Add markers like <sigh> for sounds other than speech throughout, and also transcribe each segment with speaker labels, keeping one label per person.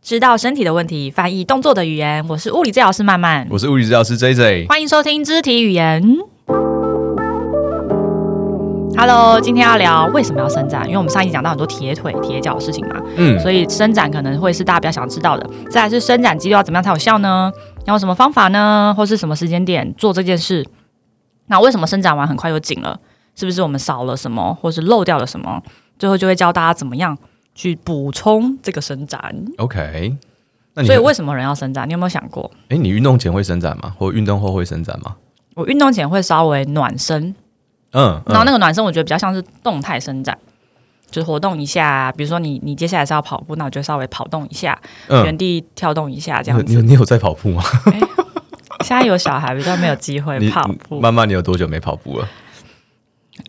Speaker 1: 知道身体的问题，翻译动作的语言。我是物理治疗师曼曼，
Speaker 2: 我是物理治疗师 J J。
Speaker 1: 欢迎收听肢体语言。Hello，今天要聊为什么要伸展，因为我们上一集讲到很多铁腿、铁脚的事情嘛，
Speaker 2: 嗯，
Speaker 1: 所以伸展可能会是大家比较想知道的。再来是伸展肌肉要怎么样才有效呢？要有什么方法呢？或是什么时间点做这件事？那为什么伸展完很快又紧了？是不是我们少了什么，或是漏掉了什么？最后就会教大家怎么样去补充这个伸展。
Speaker 2: OK，那你
Speaker 1: 所以为什么人要伸展？你有没有想过？
Speaker 2: 哎，你运动前会伸展吗？或运动后会伸展吗？
Speaker 1: 我运动前会稍微暖身，
Speaker 2: 嗯，
Speaker 1: 然后
Speaker 2: 嗯
Speaker 1: 那个暖身我觉得比较像是动态伸展，就是活动一下。比如说你你接下来是要跑步，那我就稍微跑动一下，原
Speaker 2: 嗯，
Speaker 1: 地跳动一下这
Speaker 2: 你
Speaker 1: 样
Speaker 2: 有你有
Speaker 1: 子。
Speaker 2: 你有在跑步吗？
Speaker 1: 现在有小孩比较没有机会
Speaker 2: 你
Speaker 1: 跑步。
Speaker 2: 慢慢你有多久没跑步了？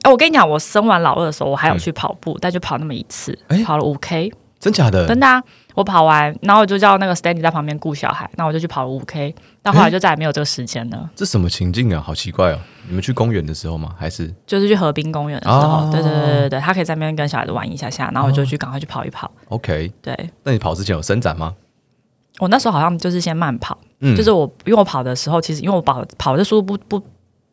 Speaker 1: 哎、我跟你讲，我生完老二的时候，我还有去跑步，但就跑那么一次，
Speaker 2: 嗯哎嗯
Speaker 1: 跑了五 K。
Speaker 2: 真假的
Speaker 1: 真？的啊，我跑完，然后我就叫那个 Stanley 在旁边顾小孩，那我就去跑了五 K。到后来就再也没有这个时间了，
Speaker 2: 这什么情境啊？好奇怪哦！你们去公园的时候吗？还是
Speaker 1: 就是去河滨公园的时候，
Speaker 2: 哦
Speaker 1: 对对对对对，他可以在那边跟小孩子玩一下下，然后我就去赶快去跑一跑。
Speaker 2: OK？
Speaker 1: 对
Speaker 2: 那你跑之前有伸展吗？
Speaker 1: 我那时候好像就是先慢跑，
Speaker 2: 嗯，
Speaker 1: 就是我因为我跑的时候，其实因为我跑跑的速度不不。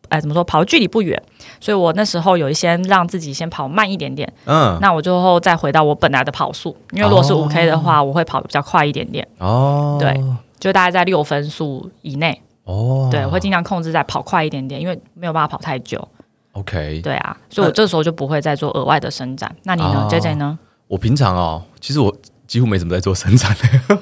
Speaker 1: 哎，怎么说？跑的距离不远，所以我那时候有一些让自己先跑慢一点点，
Speaker 2: 嗯
Speaker 1: 那我就后再回到我本来的跑速，因为如果是五 K 的话，我会跑的比较快一点点，
Speaker 2: 哦，
Speaker 1: 对就大概在六分速以内，
Speaker 2: 哦，
Speaker 1: 对，我会尽量控制在跑快一点点，因为没有办法跑太久，
Speaker 2: OK。
Speaker 1: 对啊，所以我这时候就不会再做额外的伸展。那你呢
Speaker 2: 呃哦
Speaker 1: ，J J 呢？
Speaker 2: 我平常哦，其实我几乎没怎么在做伸展， <laughs>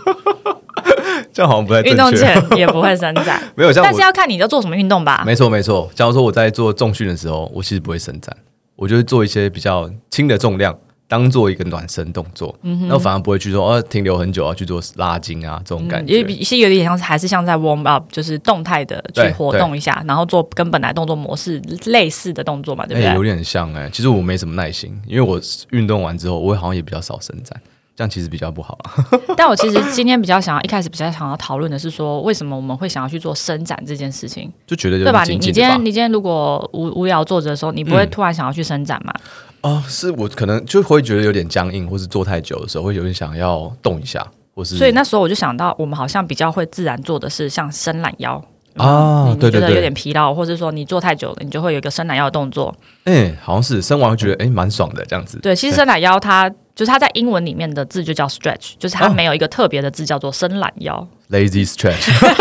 Speaker 2: 这样好像不太
Speaker 1: 运动
Speaker 2: 正确。，
Speaker 1: 前也不会伸展
Speaker 2: 没有 <laughs> 像我
Speaker 1: 但是要看你要做什么运动吧。
Speaker 2: <laughs> 没错没错，假如说我在做重训的时候，我其实不会伸展，我就会做一些比较轻的重量，当做一个暖身动作。
Speaker 1: 嗯
Speaker 2: 那我反而不会去说哦停留很久啊去做拉筋啊这种
Speaker 1: 嗯
Speaker 2: 感觉。
Speaker 1: 也是有点像是，还是像在 warm up，就是动态的去
Speaker 2: 对
Speaker 1: 活动一下，然后做跟本来动作模式类似的动作嘛，对不
Speaker 2: 哎有
Speaker 1: 对？
Speaker 2: 点像哎、其实我没什么耐心，因为我运动完之后，我好像也比较少伸展，这样其实比较不好啦。
Speaker 1: <laughs> 但我其实今天比较想要，一开始比较想要讨论的是说，为什么我们会想要去做伸展这件事情，
Speaker 2: 就觉得有
Speaker 1: 对吧？
Speaker 2: 点
Speaker 1: 你
Speaker 2: 紧
Speaker 1: 你
Speaker 2: 紧
Speaker 1: 今
Speaker 2: 的吧嗯
Speaker 1: 天你今天如果无无聊坐着的时候，你不会突然想要去伸展嘛？
Speaker 2: 哦，是我可能就会觉得有点僵硬，或是坐太久的时候会有点想要动一下，或是
Speaker 1: 所以那时候我就想到，我们好像比较会自然做的是像伸懒腰。
Speaker 2: 啊，
Speaker 1: 你
Speaker 2: 对对
Speaker 1: 嗯觉得有
Speaker 2: 对
Speaker 1: 点，疲劳，或是说你坐太久了，你就会有一个伸懒腰的动作。
Speaker 2: 哎、好像是伸完会觉得哎蛮、爽的这样子。
Speaker 1: 对，其实伸懒腰它就是它在英文里面的字就叫 stretch，就是
Speaker 2: 哦
Speaker 1: 它没有一个特别的字叫做伸懒腰， <laughs>
Speaker 2: Lazy stretch，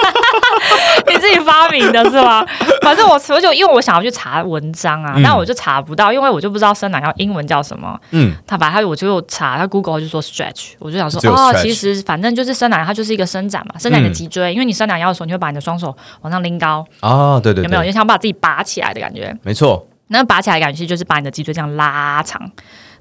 Speaker 1: 你自己发明的是
Speaker 2: <laughs>
Speaker 1: 吗？反正我我就因为我想要去查文章啊，
Speaker 2: 嗯
Speaker 1: 但我就查不到，因为我就不知道伸懒腰英文叫什么。
Speaker 2: 嗯，
Speaker 1: 他把它我就有查，他 Google 就说 stretch，我就想说
Speaker 2: 只有
Speaker 1: 哦，
Speaker 2: stretch
Speaker 1: 其实反正就是伸懒腰，它就是一个伸展嘛，伸展你的
Speaker 2: 嗯
Speaker 1: 脊椎，因为你伸懒腰的时候，你会把你的双手往上拎高，
Speaker 2: 啊，对对对，
Speaker 1: 有没有？就想把自己拔起来的感觉。
Speaker 2: 没错，
Speaker 1: 那拔起来的感觉就是把你的脊椎这样拉长。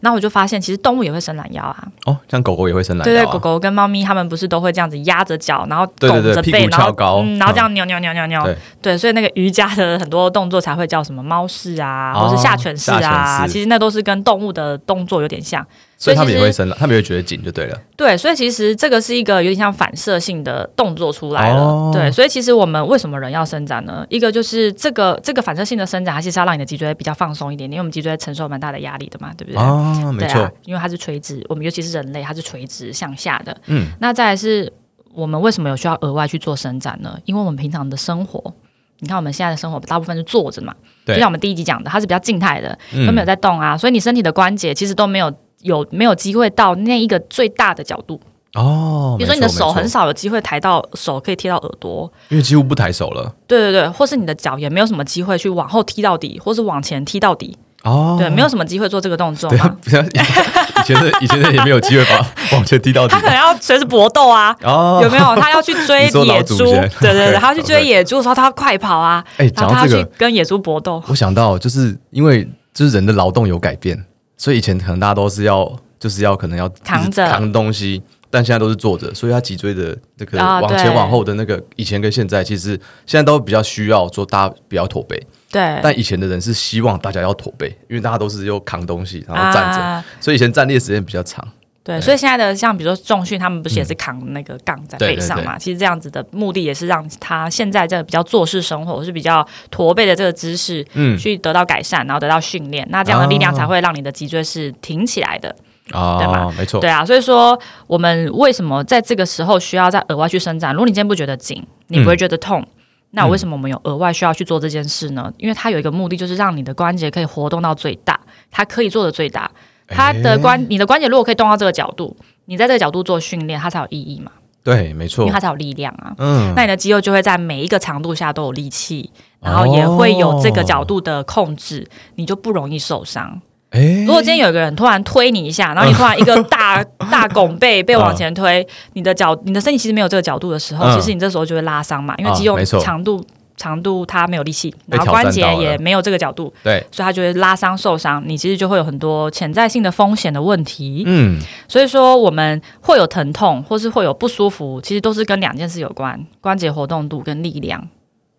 Speaker 1: 然后我就发现，其实动物也会伸懒腰啊，
Speaker 2: 哦，像狗狗也会伸懒
Speaker 1: 对
Speaker 2: 腰、啊，
Speaker 1: 对，狗狗跟猫咪它们不是都会这样子压着脚，然后
Speaker 2: 对对
Speaker 1: 拱
Speaker 2: 对
Speaker 1: 着
Speaker 2: 屁
Speaker 1: 背，
Speaker 2: 股
Speaker 1: 然后
Speaker 2: 翘高
Speaker 1: 嗯，然后这样扭扭扭扭扭，
Speaker 2: 对
Speaker 1: 对，所以那个瑜伽的很多动作才会叫什么猫式啊，
Speaker 2: 哦
Speaker 1: 或是下犬式
Speaker 2: 下
Speaker 1: 啊，
Speaker 2: 犬式
Speaker 1: 其实那都是跟动物的动作有点像。
Speaker 2: 所以它们
Speaker 1: 其
Speaker 2: 也
Speaker 1: 实
Speaker 2: 会伸懒，它们也会觉得紧就对了。
Speaker 1: 对，所以其实这个是一个有点像反射性的动作出来了。
Speaker 2: 哦
Speaker 1: 对，所以其实我们为什么人要伸展呢？一个就是这个这个反射性的伸展，它其实要让你的脊椎比较放松一点点，因为我们脊椎承受蛮大的压力的嘛，对不对？
Speaker 2: 啊，没
Speaker 1: 对
Speaker 2: 错，
Speaker 1: 啊，因为它是垂直，我们尤其是人类，它是垂直向下的。
Speaker 2: 嗯，
Speaker 1: 那再来是我们为什么有需要额外去做伸展呢？因为我们平常的生活，你看我们现在的生活大部分是坐着嘛，就
Speaker 2: 对
Speaker 1: 像我们第一集讲的，它是比较静态的，
Speaker 2: 嗯
Speaker 1: 都没有在动啊，所以你身体的关节其实都没有。有没有机会到那一个最大的角度？
Speaker 2: 哦，
Speaker 1: 比如说你的
Speaker 2: 没错
Speaker 1: 手很，
Speaker 2: 没错
Speaker 1: 少有机会抬到手可以贴到耳朵，
Speaker 2: 因为几乎不抬手了。
Speaker 1: 对对对，或是你的脚也没有什么机会去往后踢到底，或是往前踢到底，
Speaker 2: 哦，
Speaker 1: 对，没有什么机会做这个动作
Speaker 2: <laughs> 对啊，
Speaker 1: 嘛。
Speaker 2: 不像以 <laughs> 以前的以前的也没有机会把 <laughs> 往前
Speaker 1: <laughs>
Speaker 2: 踢到底
Speaker 1: 他。可能要随时搏斗啊，
Speaker 2: 哦
Speaker 1: 有没有？他要去追
Speaker 2: <laughs> 你说老
Speaker 1: 野
Speaker 2: 祖
Speaker 1: 猪，
Speaker 2: 先
Speaker 1: 对对对，
Speaker 2: OK，
Speaker 1: 他要去追野猪的时候，他要快跑啊，
Speaker 2: 哎
Speaker 1: 然
Speaker 2: 讲
Speaker 1: 后他
Speaker 2: 到
Speaker 1: 要
Speaker 2: 这
Speaker 1: 去
Speaker 2: 个，
Speaker 1: 跟野猪搏斗。
Speaker 2: 我想到就是因为就是人的劳动有改变，所以以前可能大家都是要就是要可能要
Speaker 1: 扛着
Speaker 2: 扛东西。但现在都是坐着，所以他脊椎的那个
Speaker 1: 啊
Speaker 2: 往前
Speaker 1: 对
Speaker 2: 往后的那个，以前跟现在其实现在都比较需要说大家不要驼背，
Speaker 1: 对，
Speaker 2: 但以前的人是希望大家要驼背，因为大家都是又扛东西，然后站着，
Speaker 1: 啊
Speaker 2: 所以以前站立时间比较长。
Speaker 1: 对，所以现在的像比如说重训，他们不是也是扛那个杠在
Speaker 2: 对
Speaker 1: 背
Speaker 2: 对
Speaker 1: 上嘛？其实这样子的目的也是让他现在这个比较坐式生活，是比较驼背的这个姿势，
Speaker 2: 嗯
Speaker 1: 去得到改善，然后得到训练。那这样的力量
Speaker 2: 哦
Speaker 1: 才会让你的脊椎是挺起来的。
Speaker 2: 啊，
Speaker 1: 对吧
Speaker 2: 没错，
Speaker 1: 对啊，所以说我们为什么在这个时候需要再额外去伸展？如果你今天不觉得紧，你不会觉得痛，
Speaker 2: 嗯
Speaker 1: 那为什么我们有额外需要去做这件事呢？因为它有一个目的，就是让你的关节可以活动到最大，它可以做的最大。它的关，你的关节如果可以动到这个角度，你在这个角度做训练，它才有意义嘛，
Speaker 2: 对，没
Speaker 1: 因
Speaker 2: 错
Speaker 1: 为，它才有力量啊。
Speaker 2: 嗯，
Speaker 1: 那你的肌肉就会在每一个长度下都有力气，然后也会有
Speaker 2: 哦
Speaker 1: 这个角度的控制，你就不容易受伤。
Speaker 2: 哎，
Speaker 1: 如果今天有一个人突然推你一下，然后你突然一
Speaker 2: <laughs>
Speaker 1: 个大大拱背被往前
Speaker 2: 啊
Speaker 1: 推，你的脚、你的身体其实没有这个角度的时候，
Speaker 2: 嗯
Speaker 1: 其实你这时候就会拉伤嘛，因为
Speaker 2: 啊
Speaker 1: 肌肉
Speaker 2: 没错
Speaker 1: 长度长度它没有力气，
Speaker 2: 被
Speaker 1: 然后
Speaker 2: 挑战
Speaker 1: 关节
Speaker 2: 到了
Speaker 1: 也没有这个角度，
Speaker 2: 对，
Speaker 1: 所以它就会拉伤受伤。你其实就会有很多潜在性的风险的问题。
Speaker 2: 嗯，
Speaker 1: 所以说，我们会有疼痛，或是会有不舒服，其实都是跟两件事有关：关节活动度跟力量。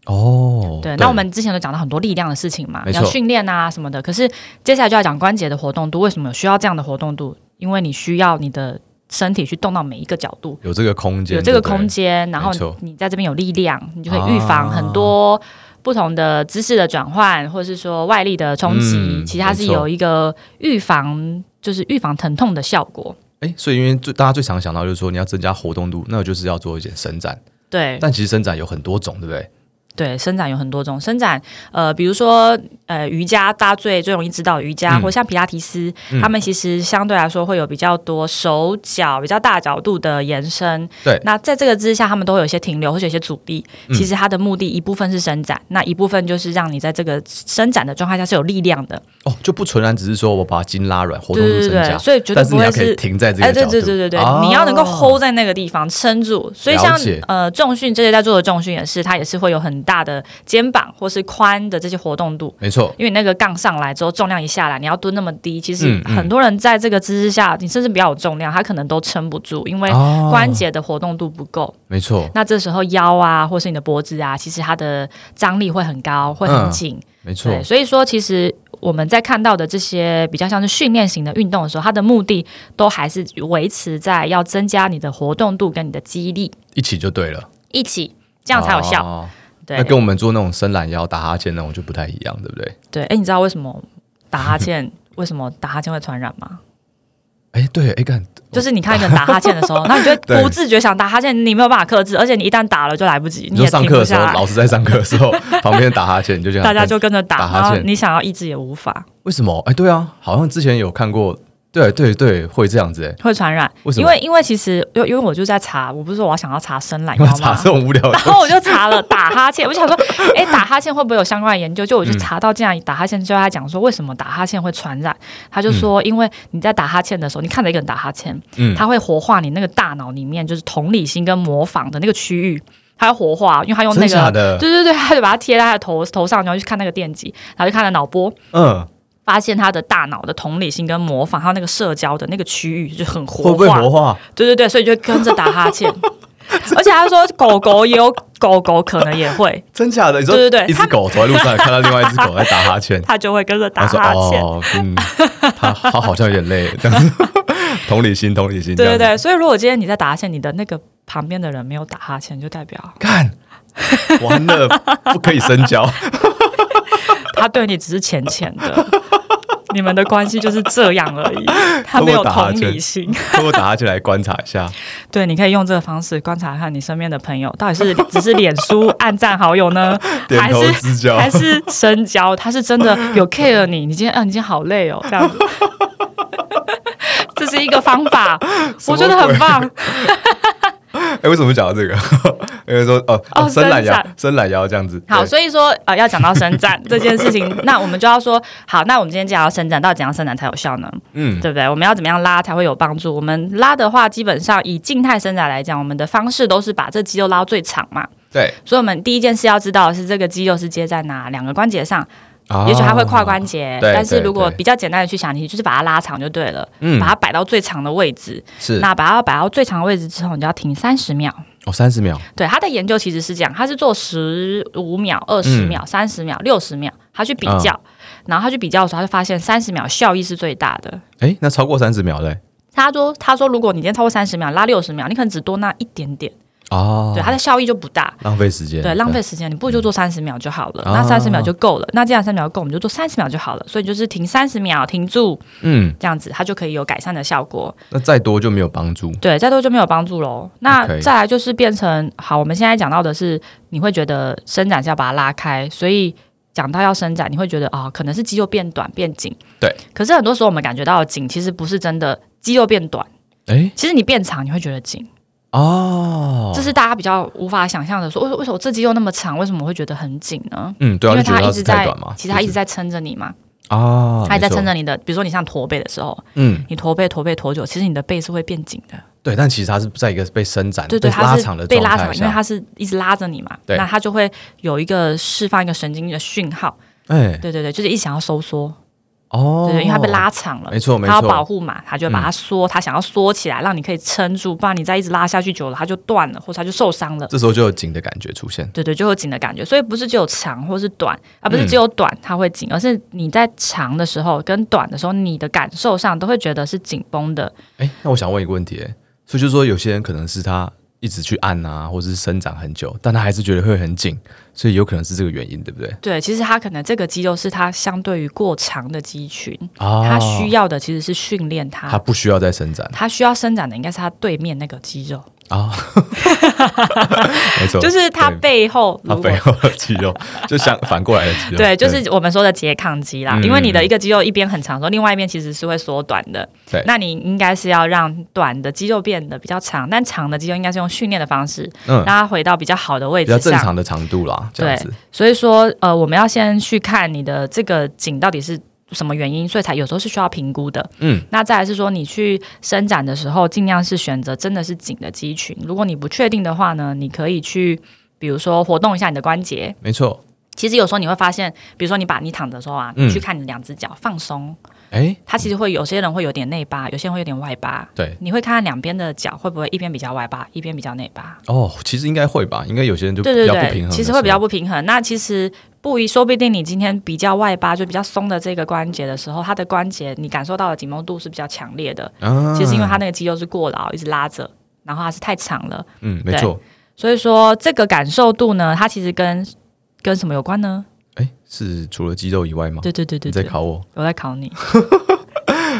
Speaker 2: 哦，
Speaker 1: 对，那我们之前都讲到很多力量的事情嘛，
Speaker 2: 没
Speaker 1: 要
Speaker 2: 错
Speaker 1: 训练啊什么的。可是接下来就要讲关节的活动度，为什么有需要这样的活动度？因为你需要你的身体去动到每一个角度，
Speaker 2: 有这个空间，
Speaker 1: 有这个
Speaker 2: 对不对
Speaker 1: 空，间，然后
Speaker 2: 没错啊
Speaker 1: 你在这边有力量，你就可以预防很多不同的姿势的转换，或者是说外力的冲击。
Speaker 2: 嗯
Speaker 1: 其实它是
Speaker 2: 没错
Speaker 1: 有一个预防，就是预防疼痛的效果。
Speaker 2: 哎，所以因为最大家最常想到就是说你要增加活动度，那就是要做一点伸展，
Speaker 1: 对
Speaker 2: 但其实伸展有很多种，对不对？
Speaker 1: 对，伸展有很多种，伸展呃，比如说呃，瑜伽，大家最最容易知道的瑜伽，
Speaker 2: 嗯
Speaker 1: 或像皮拉提斯，
Speaker 2: 嗯
Speaker 1: 他们其实相对来说会有比较多手脚比较大角度的延伸。
Speaker 2: 对嗯
Speaker 1: 那在这个之下，他们都会有一些停留或者有一些阻力。其实它的目的一部分是伸展，那一部分就是让你在这个伸展的状态下是有力量的。
Speaker 2: 哦，就不纯然只是说我把筋拉软，活动
Speaker 1: 对
Speaker 2: 度
Speaker 1: 对
Speaker 2: 增
Speaker 1: 对对，，
Speaker 2: 加
Speaker 1: 所以绝对
Speaker 2: 但是
Speaker 1: 不
Speaker 2: 你
Speaker 1: 会
Speaker 2: 还可以
Speaker 1: 是。
Speaker 2: 停在这
Speaker 1: 哎，
Speaker 2: 个
Speaker 1: 对
Speaker 2: 角度，
Speaker 1: 对对对对，
Speaker 2: 哦
Speaker 1: 你要能够 hold 在那个地方，撑住。所以像
Speaker 2: 了解
Speaker 1: 呃重训这些在做的重训也是，它也是会有很大的肩膀或是髋的这些活动度，
Speaker 2: 没错，
Speaker 1: 因为你那个杠上来之后，重量一下来，你要蹲那么低，其实
Speaker 2: 嗯嗯
Speaker 1: 很多人在这个姿势下，你甚至比较有重量，他可能都撑不住，因为
Speaker 2: 哦
Speaker 1: 关节的活动度不够。
Speaker 2: 没错，
Speaker 1: 那这时候腰啊，或是你的脖子啊，其实它的张力会很高，会
Speaker 2: 嗯
Speaker 1: 很紧。
Speaker 2: 没错，
Speaker 1: 对，所以说其实我们在看到的这些比较像是训练型的运动的时候，它的目的都还是维持在要增加你的活动度跟你的肌力
Speaker 2: 一起就对了，
Speaker 1: 一起，这样才有效。
Speaker 2: 哦
Speaker 1: 对
Speaker 2: 那跟我们做那种伸懒腰、打哈欠那种就不太一样，对不对？
Speaker 1: 对，哎，你知道为什么打哈
Speaker 2: <laughs>
Speaker 1: 欠？为什么打哈欠会传染吗？
Speaker 2: 哎，对，哎，看
Speaker 1: 就是你看一个人打哈欠的时候，然后你就
Speaker 2: <laughs> 对
Speaker 1: 会不自觉想打哈欠，你没有办法克制，而且你一旦打了就来不及，
Speaker 2: 你
Speaker 1: 也
Speaker 2: 说上
Speaker 1: 停
Speaker 2: 课
Speaker 1: 不
Speaker 2: 的时
Speaker 1: 下
Speaker 2: 候，
Speaker 1: 来
Speaker 2: 老，师在上课
Speaker 1: <laughs>
Speaker 2: 的时候，旁边打哈欠，你就这样，
Speaker 1: 大家就跟着打，
Speaker 2: 打哈
Speaker 1: 然后
Speaker 2: 欠
Speaker 1: 你想要抑制也无法，
Speaker 2: 为什么？哎，对啊，好像之前有看过，对对对，会这样子，哎，
Speaker 1: 会传染。
Speaker 2: 为什么
Speaker 1: 因为因为其实因为因为我就在查，我不是说我要想要查伸懒
Speaker 2: 你
Speaker 1: 腰
Speaker 2: 们查
Speaker 1: 吗
Speaker 2: 这？种无聊的
Speaker 1: 然后我就查了打哈欠，我就想说，哎、打哈欠会不会有相关的研究？就我
Speaker 2: 嗯
Speaker 1: 就查到，竟然打哈欠就他讲说，为什么打哈欠会传染？他就说，因为你在打哈欠的时候，你看着一个人打哈欠，
Speaker 2: 嗯
Speaker 1: 他会活化你那个大脑里面就是同理心跟模仿的那个区域，他会活化，因为他用那
Speaker 2: 真假
Speaker 1: 个，
Speaker 2: 的
Speaker 1: 对对对，他就把它贴在他的头头上，然后去看那个电极，然后就看了脑波，
Speaker 2: 嗯，
Speaker 1: 发现他的大脑的同理心跟模仿，还有那个社交的那个区域就很活
Speaker 2: 会不会活化？
Speaker 1: 对对对，所以就跟着打哈
Speaker 2: <laughs>
Speaker 1: 欠。而且他说狗狗也有狗狗可能也会，
Speaker 2: 真假的？你说
Speaker 1: 对对对
Speaker 2: 一只狗走在路上，看到另外一只狗在打哈欠，
Speaker 1: 它就会跟着 <laughs> 打
Speaker 2: 然后
Speaker 1: 哈
Speaker 2: 说
Speaker 1: 欠。
Speaker 2: 哦，嗯，他他好像有点累，这样
Speaker 1: <laughs>
Speaker 2: 子，同理心，同理心，
Speaker 1: 对对
Speaker 2: 这样
Speaker 1: 对，所以如果今天你在打哈欠，你的那个旁边的人没有打哈欠，就代表
Speaker 2: 子，完了，不可以深交，
Speaker 1: 他对你只是浅浅
Speaker 2: <laughs>
Speaker 1: 的，你们的关系就是这样而已，他没有同理心。
Speaker 2: <laughs> 通过打哈欠来观察一下，
Speaker 1: 对，你可以用这个方式观察看你身边的朋友到底是 <laughs> 只是脸书暗赞好友呢，
Speaker 2: <laughs> 点
Speaker 1: 还
Speaker 2: 头
Speaker 1: 是
Speaker 2: 之交
Speaker 1: 还是深交？他是真的有 care 你，你今天啊，你今天好累哦，这样子。 <laughs> 这是一个方法，
Speaker 2: 什么
Speaker 1: 我觉得很棒。
Speaker 2: 哎、为什么讲到这个？ <laughs> 因为说哦，
Speaker 1: 哦
Speaker 2: 伸懒腰
Speaker 1: 伸展，
Speaker 2: 伸懒腰这样子。
Speaker 1: 好，
Speaker 2: 对
Speaker 1: 所以说呃，要讲到伸展 <laughs> 这件事情，那我们就要说，好，那我们今天既然要伸展，到底怎样伸展才有效呢？
Speaker 2: 嗯，
Speaker 1: 对不对？我们要怎么样拉才会有帮助？我们拉的话，基本上以静态伸展来讲，我们的方式都是把这肌肉拉到最长嘛。
Speaker 2: 对，
Speaker 1: 所以我们第一件事要知道的是，这个肌肉是接在哪两个关节上，
Speaker 2: 啊
Speaker 1: 也许它会跨关节，
Speaker 2: 对
Speaker 1: 但是
Speaker 2: 对
Speaker 1: 如果
Speaker 2: 对
Speaker 1: 比较简单的去想，你就是把它拉长就对了，
Speaker 2: 嗯
Speaker 1: 把它摆到最长的位置。
Speaker 2: 是
Speaker 1: 那把它摆到最长的位置之后，你就要停三十秒。
Speaker 2: 哦，三十秒，
Speaker 1: 对，他的研究其实是这样，他是做十五秒、二十秒、
Speaker 2: 嗯
Speaker 1: 三十秒、六十秒，他去比较，
Speaker 2: 哦
Speaker 1: 然后他去比较的时候，他就发现三十秒效益是最大的。
Speaker 2: 哎、那超过三十秒嘞？
Speaker 1: 他说：“他说，如果你今天超过三十秒，拉六十秒，你可能只多那一点点，
Speaker 2: 啊
Speaker 1: 对，它的效益就不大。
Speaker 2: 浪费时间，
Speaker 1: 对，浪费时间，你不如就做三十秒就好了。
Speaker 2: 啊
Speaker 1: 那三十秒就够了。那既然三十秒够，我们就做三十秒就好了。所以就是停三十秒，停住
Speaker 2: 嗯，
Speaker 1: 这样子，它就可以有改善的效果。
Speaker 2: 那再多就没有帮助。
Speaker 1: 对，再多就没有帮助喽。那
Speaker 2: OK
Speaker 1: 再来就是变成好，我们现在讲到的是，你会觉得伸展是要把它拉开，所以讲到要伸展，你会觉得啊、可能是肌肉变短变紧。
Speaker 2: 对，
Speaker 1: 可是很多时候我们感觉到的紧，其实不是真的肌肉变短，
Speaker 2: 哎、
Speaker 1: 其实你变长你会觉得紧，
Speaker 2: 哦，
Speaker 1: 这是大家比较无法想象的说，为为什么我这肌肉那么长，为什么我会觉得很紧呢？
Speaker 2: 嗯，对
Speaker 1: 因
Speaker 2: 啊，
Speaker 1: 为
Speaker 2: 就觉
Speaker 1: 它
Speaker 2: 得
Speaker 1: 一
Speaker 2: 它
Speaker 1: 直
Speaker 2: 是
Speaker 1: 在
Speaker 2: 太短嘛，，
Speaker 1: 其实它一直
Speaker 2: 就是
Speaker 1: 在撑着你嘛，
Speaker 2: 啊，
Speaker 1: 它一直在
Speaker 2: 没错
Speaker 1: 撑着你的。比如说你像驼背的时候，
Speaker 2: 嗯，
Speaker 1: 你驼背、驼背、驼久，其实你的背是会变紧的。
Speaker 2: 对，但其实它是在一个被伸展、
Speaker 1: 对对，
Speaker 2: 被
Speaker 1: 它
Speaker 2: 拉
Speaker 1: 是
Speaker 2: 长的
Speaker 1: 被
Speaker 2: 状
Speaker 1: 拉
Speaker 2: 态
Speaker 1: 长，因为
Speaker 2: 下，
Speaker 1: 它是一直拉着你嘛，
Speaker 2: 对
Speaker 1: 那它就会有一个释放一个神经的讯号，
Speaker 2: 哎，
Speaker 1: 对对对，就是一想要收缩，
Speaker 2: 哦，
Speaker 1: 对对，因为它被拉长了
Speaker 2: 没。错哦嗯没
Speaker 1: 它要保
Speaker 2: 错，
Speaker 1: 护嘛，它就会把它缩，它想要缩起来，让你可以撑住，不然你再一直拉下去久了，它就断了，或者它就受伤了。
Speaker 2: 这时候就有紧的感觉出现。
Speaker 1: 对对，就有紧的感觉。所以不是只有长或是短，而不是
Speaker 2: 嗯
Speaker 1: 只有短它会紧，而是你在长的时候跟短的时候，你的感受上都会觉得是紧绷的。
Speaker 2: 哎，那我想问一个问题，哎所以就是说有些人可能是他一直去按啊，或者是伸展很久，但他还是觉得会很紧，所以有可能是这个原因，对不对？
Speaker 1: 对，其实它可能这个肌肉是它相对于过长的肌群，
Speaker 2: 啊，
Speaker 1: 它需要的其实是训练它。
Speaker 2: 他不需要再伸展
Speaker 1: 它需要伸展的应该是它对面那个肌肉，
Speaker 2: 啊，没错，
Speaker 1: <laughs> 就是它
Speaker 2: 对
Speaker 1: 背后
Speaker 2: 他
Speaker 1: 如果
Speaker 2: 背后的肌肉，就相反过来的肌
Speaker 1: <laughs>
Speaker 2: 肉，
Speaker 1: 对，就是我们说的拮抗肌啦。
Speaker 2: 嗯
Speaker 1: 因为你的一个肌肉一边很长的时候，另外一边其实是会缩短的。
Speaker 2: 对
Speaker 1: 那你应该是要让短的肌肉变得比较长，但长的肌肉应该是用训练的方式
Speaker 2: 嗯
Speaker 1: 让它回到比较好的位
Speaker 2: 比较
Speaker 1: 置
Speaker 2: 正
Speaker 1: 上。
Speaker 2: 常的长度啦，这样子。
Speaker 1: 所以说，呃，我们要先去看你的这个颈到底是。什么原因？所以才有时候是需要评估的。
Speaker 2: 嗯，
Speaker 1: 那再来是说，你去伸展的时候，尽量是选择真的是紧的肌群。如果你不确定的话呢，你可以去，比如说活动一下你的关节。
Speaker 2: 没错。
Speaker 1: 其实有时候你会发现，比如说你把你躺着的时候啊，
Speaker 2: 嗯
Speaker 1: 你去看你两只脚放松，
Speaker 2: 哎，
Speaker 1: 它其实会有些人会有点内八，有些人会有点外八。
Speaker 2: 对，
Speaker 1: 你会看看两边的脚会不会一边比较外八，一边比较内八。
Speaker 2: 哦，其实应该会吧，应该有些人就
Speaker 1: 对
Speaker 2: 比
Speaker 1: 对
Speaker 2: 较不
Speaker 1: 对，
Speaker 2: 平衡，
Speaker 1: 其实会比较。不平衡。那其实不一，说不定你今天比较外八，就比较松的这个关节的时候，它的关节你感受到的紧绷度是比较强烈的。
Speaker 2: 啊
Speaker 1: 其实因为它那个肌肉是过劳，一直拉着，然后它是太长了，
Speaker 2: 嗯，没错。
Speaker 1: 所以说这个感受度呢，它其实跟跟什么有关呢？
Speaker 2: 哎，是除了肌肉以外吗？
Speaker 1: 对对对对
Speaker 2: 你在
Speaker 1: 对，
Speaker 2: 考我，
Speaker 1: 我在考你，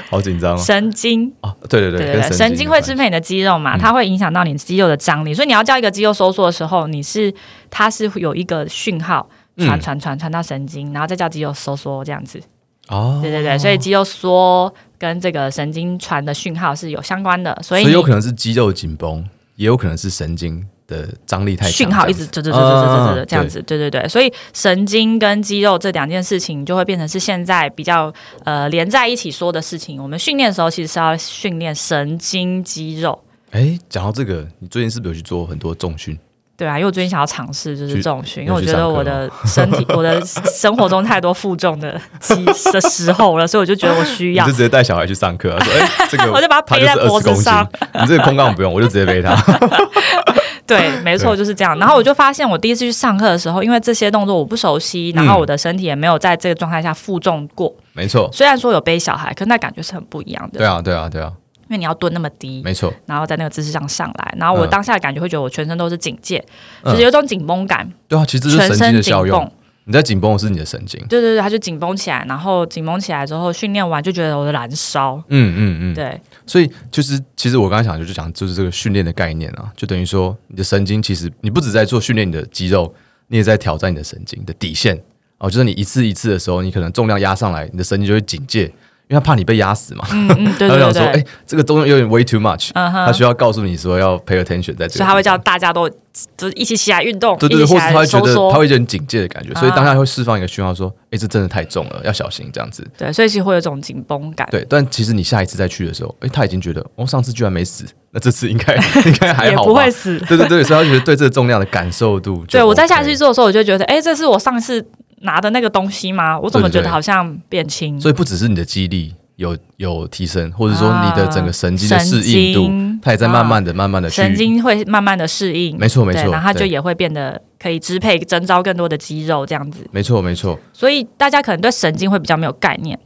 Speaker 2: 好紧张哦。
Speaker 1: 神经。
Speaker 2: 啊，对对
Speaker 1: 对
Speaker 2: 跟
Speaker 1: 对，
Speaker 2: 神
Speaker 1: 神
Speaker 2: 经
Speaker 1: 经
Speaker 2: 有
Speaker 1: 会
Speaker 2: 关嗯
Speaker 1: 支配你的肌肉嘛，它会影响到你肌肉的张力，所以你要叫一个肌肉收缩的时候，你是它是有一个讯号传
Speaker 2: 嗯
Speaker 1: 传传传到神经，然后再叫肌肉收缩这样子。
Speaker 2: 哦，
Speaker 1: 对对对，所以肌肉缩跟这个神经传的讯号是有相关的，所
Speaker 2: 所
Speaker 1: 以
Speaker 2: 以有可
Speaker 1: 你
Speaker 2: 能是肌肉紧绷，也有可能是神经的张力太强
Speaker 1: 讯号一
Speaker 2: 这
Speaker 1: 直对
Speaker 2: 样子
Speaker 1: 对对对对对
Speaker 2: 啊
Speaker 1: 对这样子，对对对，所以神经跟肌肉这两件事情就会变成是现在比较呃连在一起说的事情。我们训练的时候其实是要训练神经肌肉。
Speaker 2: 哎，讲到这个，你最近是不是有去做很多重训？
Speaker 1: 对啊，因为我最近想要尝试就是
Speaker 2: 去
Speaker 1: 重训，因
Speaker 2: 有
Speaker 1: 为我
Speaker 2: 去
Speaker 1: 觉得
Speaker 2: 上课
Speaker 1: 我的身体、我的生活中太多负重的
Speaker 2: <laughs>
Speaker 1: 期的时候了，所以我就觉得我需
Speaker 2: 你
Speaker 1: 要
Speaker 2: 就。直接带小孩去上课啊，说
Speaker 1: <laughs>
Speaker 2: 哎，这个
Speaker 1: 我就把它
Speaker 2: 他
Speaker 1: 背
Speaker 2: 就
Speaker 1: 在
Speaker 2: 是
Speaker 1: 脖
Speaker 2: 20
Speaker 1: 子
Speaker 2: 公斤
Speaker 1: 上，
Speaker 2: 你这个空杠不用，我就直接背他。 <laughs>
Speaker 1: 对，没错，就是这样。然后我就发现，我第一次去上课的时候，因为这些动作我不熟悉，
Speaker 2: 嗯
Speaker 1: 然后我的身体也没有在这个状态下负重过。
Speaker 2: 没错，
Speaker 1: 虽然说有背小孩，可那感觉是很不一样的，
Speaker 2: 对啊，对啊，对啊，
Speaker 1: 因为你要蹲那么低，
Speaker 2: 没错。
Speaker 1: 然后在那个姿势上上来，然后我
Speaker 2: 嗯
Speaker 1: 当下的感觉会觉得我全身都是警戒，
Speaker 2: 嗯
Speaker 1: 就是有一种紧绷感，
Speaker 2: 对啊，其实这
Speaker 1: 全
Speaker 2: 是神经
Speaker 1: 身
Speaker 2: 的
Speaker 1: 紧
Speaker 2: 效
Speaker 1: 绷
Speaker 2: 用。。你在紧绷的是你的神经。
Speaker 1: 对对对，它就紧绷起来，然后紧绷起来之后，训练完就觉得我的燃烧。
Speaker 2: 嗯嗯嗯。 <laughs>
Speaker 1: 对
Speaker 2: 所以就是，其实我刚才想就是讲，就是这个训练的概念啊，就等于说你的神经其实你不止在做训练你的肌肉，你也在挑战你的神经的底线哦。就是你一次一次的时候，你可能重量压上来，你的神经就会警戒，因为它怕你被压死嘛。
Speaker 1: 嗯嗯，对
Speaker 2: 他
Speaker 1: 对对
Speaker 2: 就想说，
Speaker 1: 对，
Speaker 2: 哎、这个东西有点 way too much，、
Speaker 1: 嗯哼
Speaker 2: 他需要告诉你说要 pay attention 在这个地方，
Speaker 1: 所以他会叫大家都就是一起起来运动，
Speaker 2: 对对，
Speaker 1: 一起起
Speaker 2: 或者他
Speaker 1: 来
Speaker 2: 会觉
Speaker 1: 收
Speaker 2: 得他
Speaker 1: 缩。啊
Speaker 2: 会有点警戒的感觉，所以当下会释放一个讯号说，哎、这真的太重了，要小心这样子。
Speaker 1: 对，所以其实会有一种紧绷感，
Speaker 2: 对，但其实你下一次再去的时候，哎、他已经觉得，哦，上次居然没死，那这次应该 <laughs> 应该还
Speaker 1: 也
Speaker 2: 好吧？
Speaker 1: 不会
Speaker 2: <laughs>
Speaker 1: 死。
Speaker 2: 对对对，所以他觉得对这个重量的感受度就 OK、
Speaker 1: 对我再下去做的时候，我就觉得，哎，这是我上次拿的那个东西吗？我怎么
Speaker 2: 对对
Speaker 1: 觉
Speaker 2: 对
Speaker 1: 得好像变轻？
Speaker 2: 所以不只是你的肌力有有提升，或者说你的整个神经的
Speaker 1: 啊
Speaker 2: 适
Speaker 1: 神
Speaker 2: 应度
Speaker 1: 经，
Speaker 2: 它也在慢慢的、慢慢的去，
Speaker 1: 神经会慢慢的适应，
Speaker 2: 没错没
Speaker 1: 对
Speaker 2: 错，
Speaker 1: 然后它就
Speaker 2: 对
Speaker 1: 也会变得可以支配征召更多的肌肉这样子。
Speaker 2: 没错没错，
Speaker 1: 所以大家可能对神经会比较没有概念，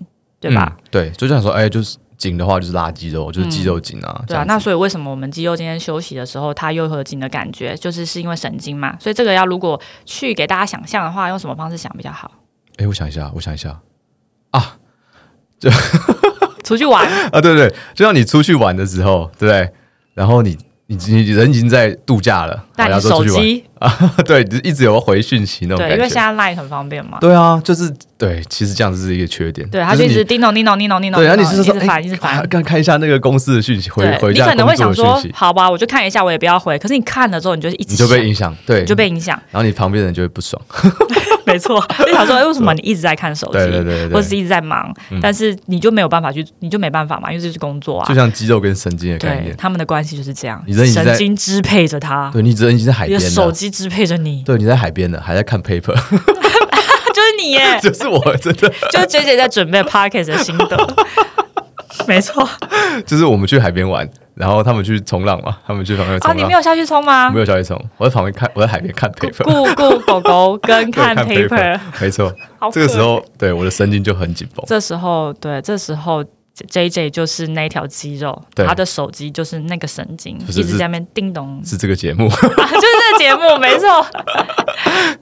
Speaker 1: 对吧？
Speaker 2: 嗯？对，就这样说，哎、就是紧的话就是拉肌肉，就是肌肉紧啊。这
Speaker 1: 对啊
Speaker 2: 样，子
Speaker 1: 那所以为什么我们肌肉今天休息的时候，它又会有紧的感觉，就是是因为神经嘛。所以这个要如果去给大家想象的话，用什么方式想比较好？
Speaker 2: 哎，我想一下，我 <laughs> 想一下
Speaker 1: 出去
Speaker 2: <laughs>
Speaker 1: 玩，
Speaker 2: 啊，对对，对就像你出去玩的时候，对不对？然后你你你人已经在度假了，
Speaker 1: 那
Speaker 2: 然
Speaker 1: 你
Speaker 2: 后要
Speaker 1: 手
Speaker 2: 出去玩
Speaker 1: 机
Speaker 2: <laughs> 对，就一直有回讯息那种
Speaker 1: 对，因为
Speaker 2: 感
Speaker 1: 现
Speaker 2: 觉。
Speaker 1: 在 Line 很方便嘛。
Speaker 2: 对啊，就是对，其实这样子是一个缺点。
Speaker 1: 对，他就
Speaker 2: 就
Speaker 1: 是一
Speaker 2: 你
Speaker 1: 直叮咚叮咚叮咚叮咚，
Speaker 2: 对，然后
Speaker 1: 叮
Speaker 2: 你
Speaker 1: 咚
Speaker 2: 是
Speaker 1: 一
Speaker 2: 说，
Speaker 1: 直烦一直
Speaker 2: 哎
Speaker 1: 烦。
Speaker 2: 看看一下那个公司的讯息，回
Speaker 1: 对，
Speaker 2: 回
Speaker 1: 你
Speaker 2: 家
Speaker 1: 可能
Speaker 2: 工
Speaker 1: 会
Speaker 2: 作
Speaker 1: 想
Speaker 2: 的
Speaker 1: 说
Speaker 2: 讯，息，
Speaker 1: 好吧，我就看一下，我也不要回。可是你看了之后，你就一直
Speaker 2: 你就被
Speaker 1: 想
Speaker 2: 影响，对，
Speaker 1: 你就被影响，
Speaker 2: 然后你旁边的人就会不爽，
Speaker 1: 没错。就想说，哎，为什么你一直在看手机？
Speaker 2: 对对对对嗯
Speaker 1: 或者是一直在忙，但是你就没有办法去，你就没办法嘛，因为这是工作啊
Speaker 2: 就。像肌肉跟神经的概
Speaker 1: 对
Speaker 2: 念，，
Speaker 1: 他们的关系就是这样，
Speaker 2: 你人已经在
Speaker 1: 神经支配着他，
Speaker 2: 对你只能已经在海
Speaker 1: 你
Speaker 2: 边
Speaker 1: 的手
Speaker 2: 了，
Speaker 1: 机支配着你， <laughs>
Speaker 2: 对，你在海边了，还在看 paper，，
Speaker 1: 就是你耶
Speaker 2: <laughs> 就是我真的，
Speaker 1: 就是姐姐在准备 p o c k e t 的心得，
Speaker 2: <laughs>
Speaker 1: 没错
Speaker 2: 就是我们去海边玩，然后他们去冲浪嘛，他们去旁边
Speaker 1: 啊，
Speaker 2: 冲
Speaker 1: 你没
Speaker 2: 浪，
Speaker 1: 有下去冲吗
Speaker 2: 我没？有下去冲，我在旁边看，我在海边看 paper，
Speaker 1: 顾顾狗狗跟
Speaker 2: 对
Speaker 1: 看 paper，
Speaker 2: 没错，
Speaker 1: 好可
Speaker 2: 这个时候对我的神经就很紧绷，
Speaker 1: 这时候对，这时候 J J 就是那条肌肉，
Speaker 2: 对
Speaker 1: 他的手机就是那个神经，
Speaker 2: 不是
Speaker 1: 一直
Speaker 2: 是
Speaker 1: 在那边叮咚， <laughs>
Speaker 2: 是这个节目，
Speaker 1: 啊就是这个节目，没
Speaker 2: <laughs>
Speaker 1: 错，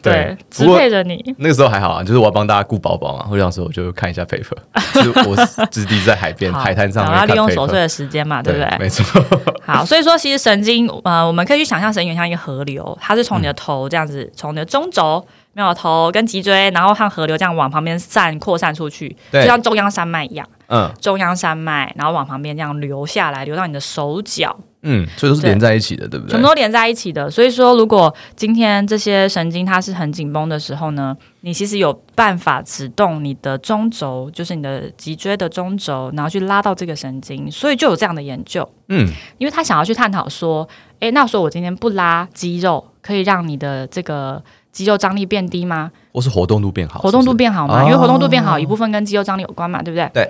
Speaker 1: 对，
Speaker 2: 不
Speaker 1: 支
Speaker 2: 过
Speaker 1: 配着你，
Speaker 2: 那个时候还好啊，就是我要帮大家顾宝宝嘛，我想说我就看一下 paper，就是 <laughs> 我是第一在海
Speaker 1: <laughs>
Speaker 2: 边
Speaker 1: 好
Speaker 2: 海滩上面
Speaker 1: 然后利
Speaker 2: 看
Speaker 1: 用
Speaker 2: paper，
Speaker 1: 琐碎的时间嘛，对不对？
Speaker 2: 没错， <laughs>
Speaker 1: 好，所以说其实神经，呃，我们可以去想象神经很像一个河流，它是
Speaker 2: 嗯
Speaker 1: 从你的头这样子，从你的中轴、没有头跟脊椎，然后像河流这样往旁边散扩散出去，
Speaker 2: 对
Speaker 1: 就像中央山脉一样，
Speaker 2: 嗯
Speaker 1: 中央山脉，然后往旁边这样流下来，流到你的手脚，
Speaker 2: 嗯，所以都是连在一起的，对不对
Speaker 1: 全部？都连在一起的。所以说，如果今天这些神经它是很紧绷的时候呢，你其实有办法只动你的中轴，就是你的脊椎的中轴，然后去拉到这个神经，所以就有这样的研究。
Speaker 2: 嗯，
Speaker 1: 因为他想要去探讨说，诶，那说我今天不拉肌肉，可以让你的这个肌肉张力变低吗？
Speaker 2: 或是活动度变好，
Speaker 1: 活动度
Speaker 2: 是不是
Speaker 1: 变好吗？
Speaker 2: 哦
Speaker 1: 因为活动度变好，一部分跟肌肉张力有关嘛，对不对？
Speaker 2: 对。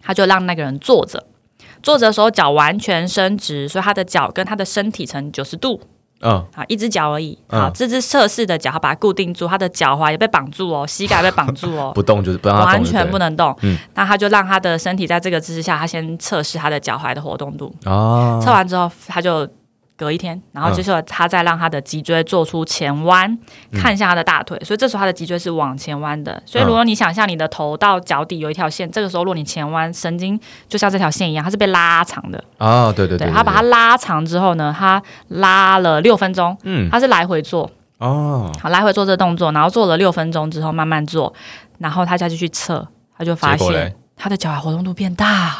Speaker 1: 他就让那个人坐着，坐着的时候脚完全伸直，所以他的脚跟他的身体呈九十度
Speaker 2: 嗯，
Speaker 1: 啊，一只脚而已。
Speaker 2: 嗯
Speaker 1: 好，这只测试的脚，他把它固定住，他的脚踝也被绑住哦，膝盖被绑住哦，
Speaker 2: 不动 <laughs> 就是不让它
Speaker 1: 完
Speaker 2: 动就对了，
Speaker 1: 全不能动。
Speaker 2: 嗯
Speaker 1: 那他就让他的身体在这个姿势下，他先测试他的脚踝的活动度。
Speaker 2: 啊
Speaker 1: 测，完之后，他就隔一天，
Speaker 2: 嗯
Speaker 1: 然后就是他再让他的脊椎做出前弯，
Speaker 2: 嗯
Speaker 1: 看一下他的大腿，所以这时候他的脊椎是往前弯的。所以
Speaker 2: 嗯
Speaker 1: 如果你想象你的头到脚底有一条线，这个时候如果你前弯，神经就像这条线一样，它是被拉长的。
Speaker 2: 啊，对对
Speaker 1: 对，
Speaker 2: 对，
Speaker 1: 他把它拉长之后呢，他拉了六分钟，
Speaker 2: 嗯
Speaker 1: 他是来回做，
Speaker 2: 哦，
Speaker 1: 好，来回做这动作，然后做了六分钟之后慢慢做，然后他再去去测，他就发
Speaker 2: 结果嘞 <laughs>
Speaker 1: 现他的脚踝活动度变大。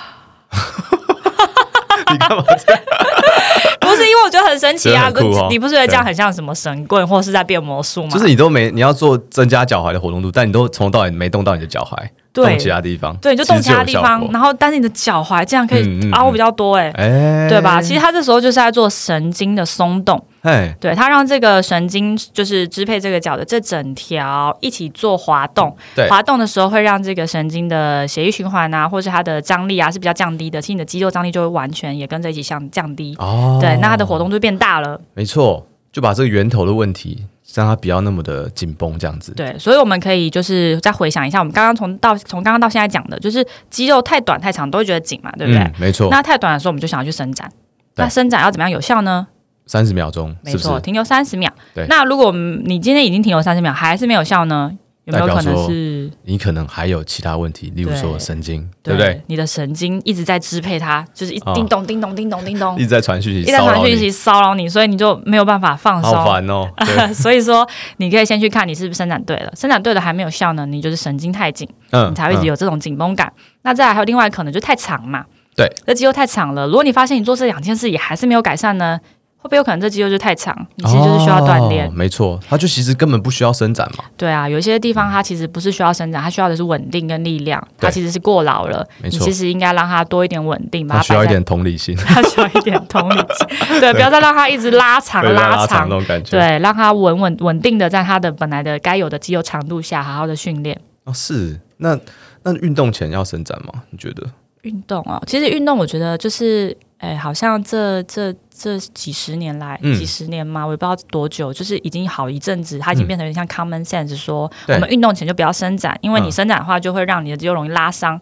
Speaker 2: 你干嘛？
Speaker 1: 不是因为我觉得很神奇啊，
Speaker 2: 觉得很酷哦
Speaker 1: 你不是觉得这样很像什么神棍或是在变魔术 <laughs> 吗？
Speaker 2: 啊就是你都没你要做增加脚踝的活动度，但你都从头到尾没动到你的脚踝，
Speaker 1: 对
Speaker 2: 动其他地方，
Speaker 1: 对，就动其他地
Speaker 2: 其实是有效
Speaker 1: 方，
Speaker 2: 果
Speaker 1: 然后但是你的脚踝这样可
Speaker 2: 嗯嗯
Speaker 1: 以
Speaker 2: 嗯
Speaker 1: 凹比较多、哎、
Speaker 2: 哎，
Speaker 1: 对吧？其实他这时候就是在做神经的松动，
Speaker 2: 哎，
Speaker 1: 对他让这个神经就是支配这个脚的这整条一起做滑动，
Speaker 2: 嗯对
Speaker 1: 滑动的时候会让这个神经的血液循环啊，或是它的张力啊是比较降低的，其实你的肌肉张力就会完全也跟着一起降降低，
Speaker 2: 哦，
Speaker 1: 对，那它的活动就变大了。
Speaker 2: 没错，就把这个源头的问题让它不要那么的紧绷，这样子，
Speaker 1: 对，所以我们可以就是再回想一下，我们刚刚从到从刚刚到现在讲的，就是肌肉太短太长都会觉得紧嘛，对不对？
Speaker 2: 嗯，没错，
Speaker 1: 那太短的时候，我们就想要去伸展。
Speaker 2: 对
Speaker 1: 那伸展要怎么样有效呢？
Speaker 2: 三十秒钟
Speaker 1: 没
Speaker 2: 是不
Speaker 1: 错，
Speaker 2: 是？
Speaker 1: 停留三十秒
Speaker 2: 对。
Speaker 1: 那如果我们你今天已经停留三十秒还是没有效呢？有没有
Speaker 2: 代表
Speaker 1: 可能
Speaker 2: 说
Speaker 1: 是
Speaker 2: 你可能还有其他问题，例如说
Speaker 1: 对
Speaker 2: 神经，对不对？？
Speaker 1: 你的神经一直在支配它，就是一
Speaker 2: 哦
Speaker 1: 叮咚叮咚叮咚叮咚
Speaker 2: 一，直在传讯息，
Speaker 1: 一直在
Speaker 2: 骚
Speaker 1: 传
Speaker 2: 扰
Speaker 1: 讯
Speaker 2: 你，
Speaker 1: 息骚扰你，所以你就没有办法放
Speaker 2: 好
Speaker 1: 松。
Speaker 2: 烦哦。
Speaker 1: <laughs>
Speaker 2: 对，
Speaker 1: 所以说，你可以先去看你是不是伸展对了，伸展对了还没有效呢，你就是神经太紧。
Speaker 2: 嗯
Speaker 1: 你才会一直
Speaker 2: 嗯
Speaker 1: 有这种紧绷感。那再来还有另外可能就太长嘛，
Speaker 2: 对，
Speaker 1: 这肌肉太长了。如果你发现你做这两件事也还是没有改善呢，会不会有可能这肌肉就太长？你其实就是需要锻炼。
Speaker 2: 哦没错，它就其实根本不需要伸展嘛，
Speaker 1: 对啊，有一些地方它其实不是需要伸展，它需要的是稳定跟力量。它
Speaker 2: 嗯对
Speaker 1: 其实是过劳了，
Speaker 2: 没
Speaker 1: 你
Speaker 2: 错
Speaker 1: 其实应该让它多一点稳定，把
Speaker 2: 它
Speaker 1: 它
Speaker 2: 需要
Speaker 1: 摆
Speaker 2: 一
Speaker 1: 在
Speaker 2: 点同理
Speaker 1: <laughs>
Speaker 2: 心，
Speaker 1: 它需要一点同理
Speaker 2: <laughs>
Speaker 1: 心，对，不要再让它一直拉长
Speaker 2: 对拉
Speaker 1: 长
Speaker 2: 那。种感觉。
Speaker 1: 对，让它稳稳稳定的在它的本来的该有的肌肉长度下，好好的训练。
Speaker 2: 哦，是那那运动前要伸展吗？你觉得？
Speaker 1: 运动哦，其实运动我觉得就是，哎，好像这这这几十年来，
Speaker 2: 嗯
Speaker 1: 几十年嘛，我也不知道多久，就是已经好一阵子，它已经
Speaker 2: 嗯
Speaker 1: 变成有点像 common sense，说、
Speaker 2: 对
Speaker 1: 我们运动前就不要伸展，因为
Speaker 2: 嗯
Speaker 1: 你伸展的话，就会让你的肌肉容易拉伤。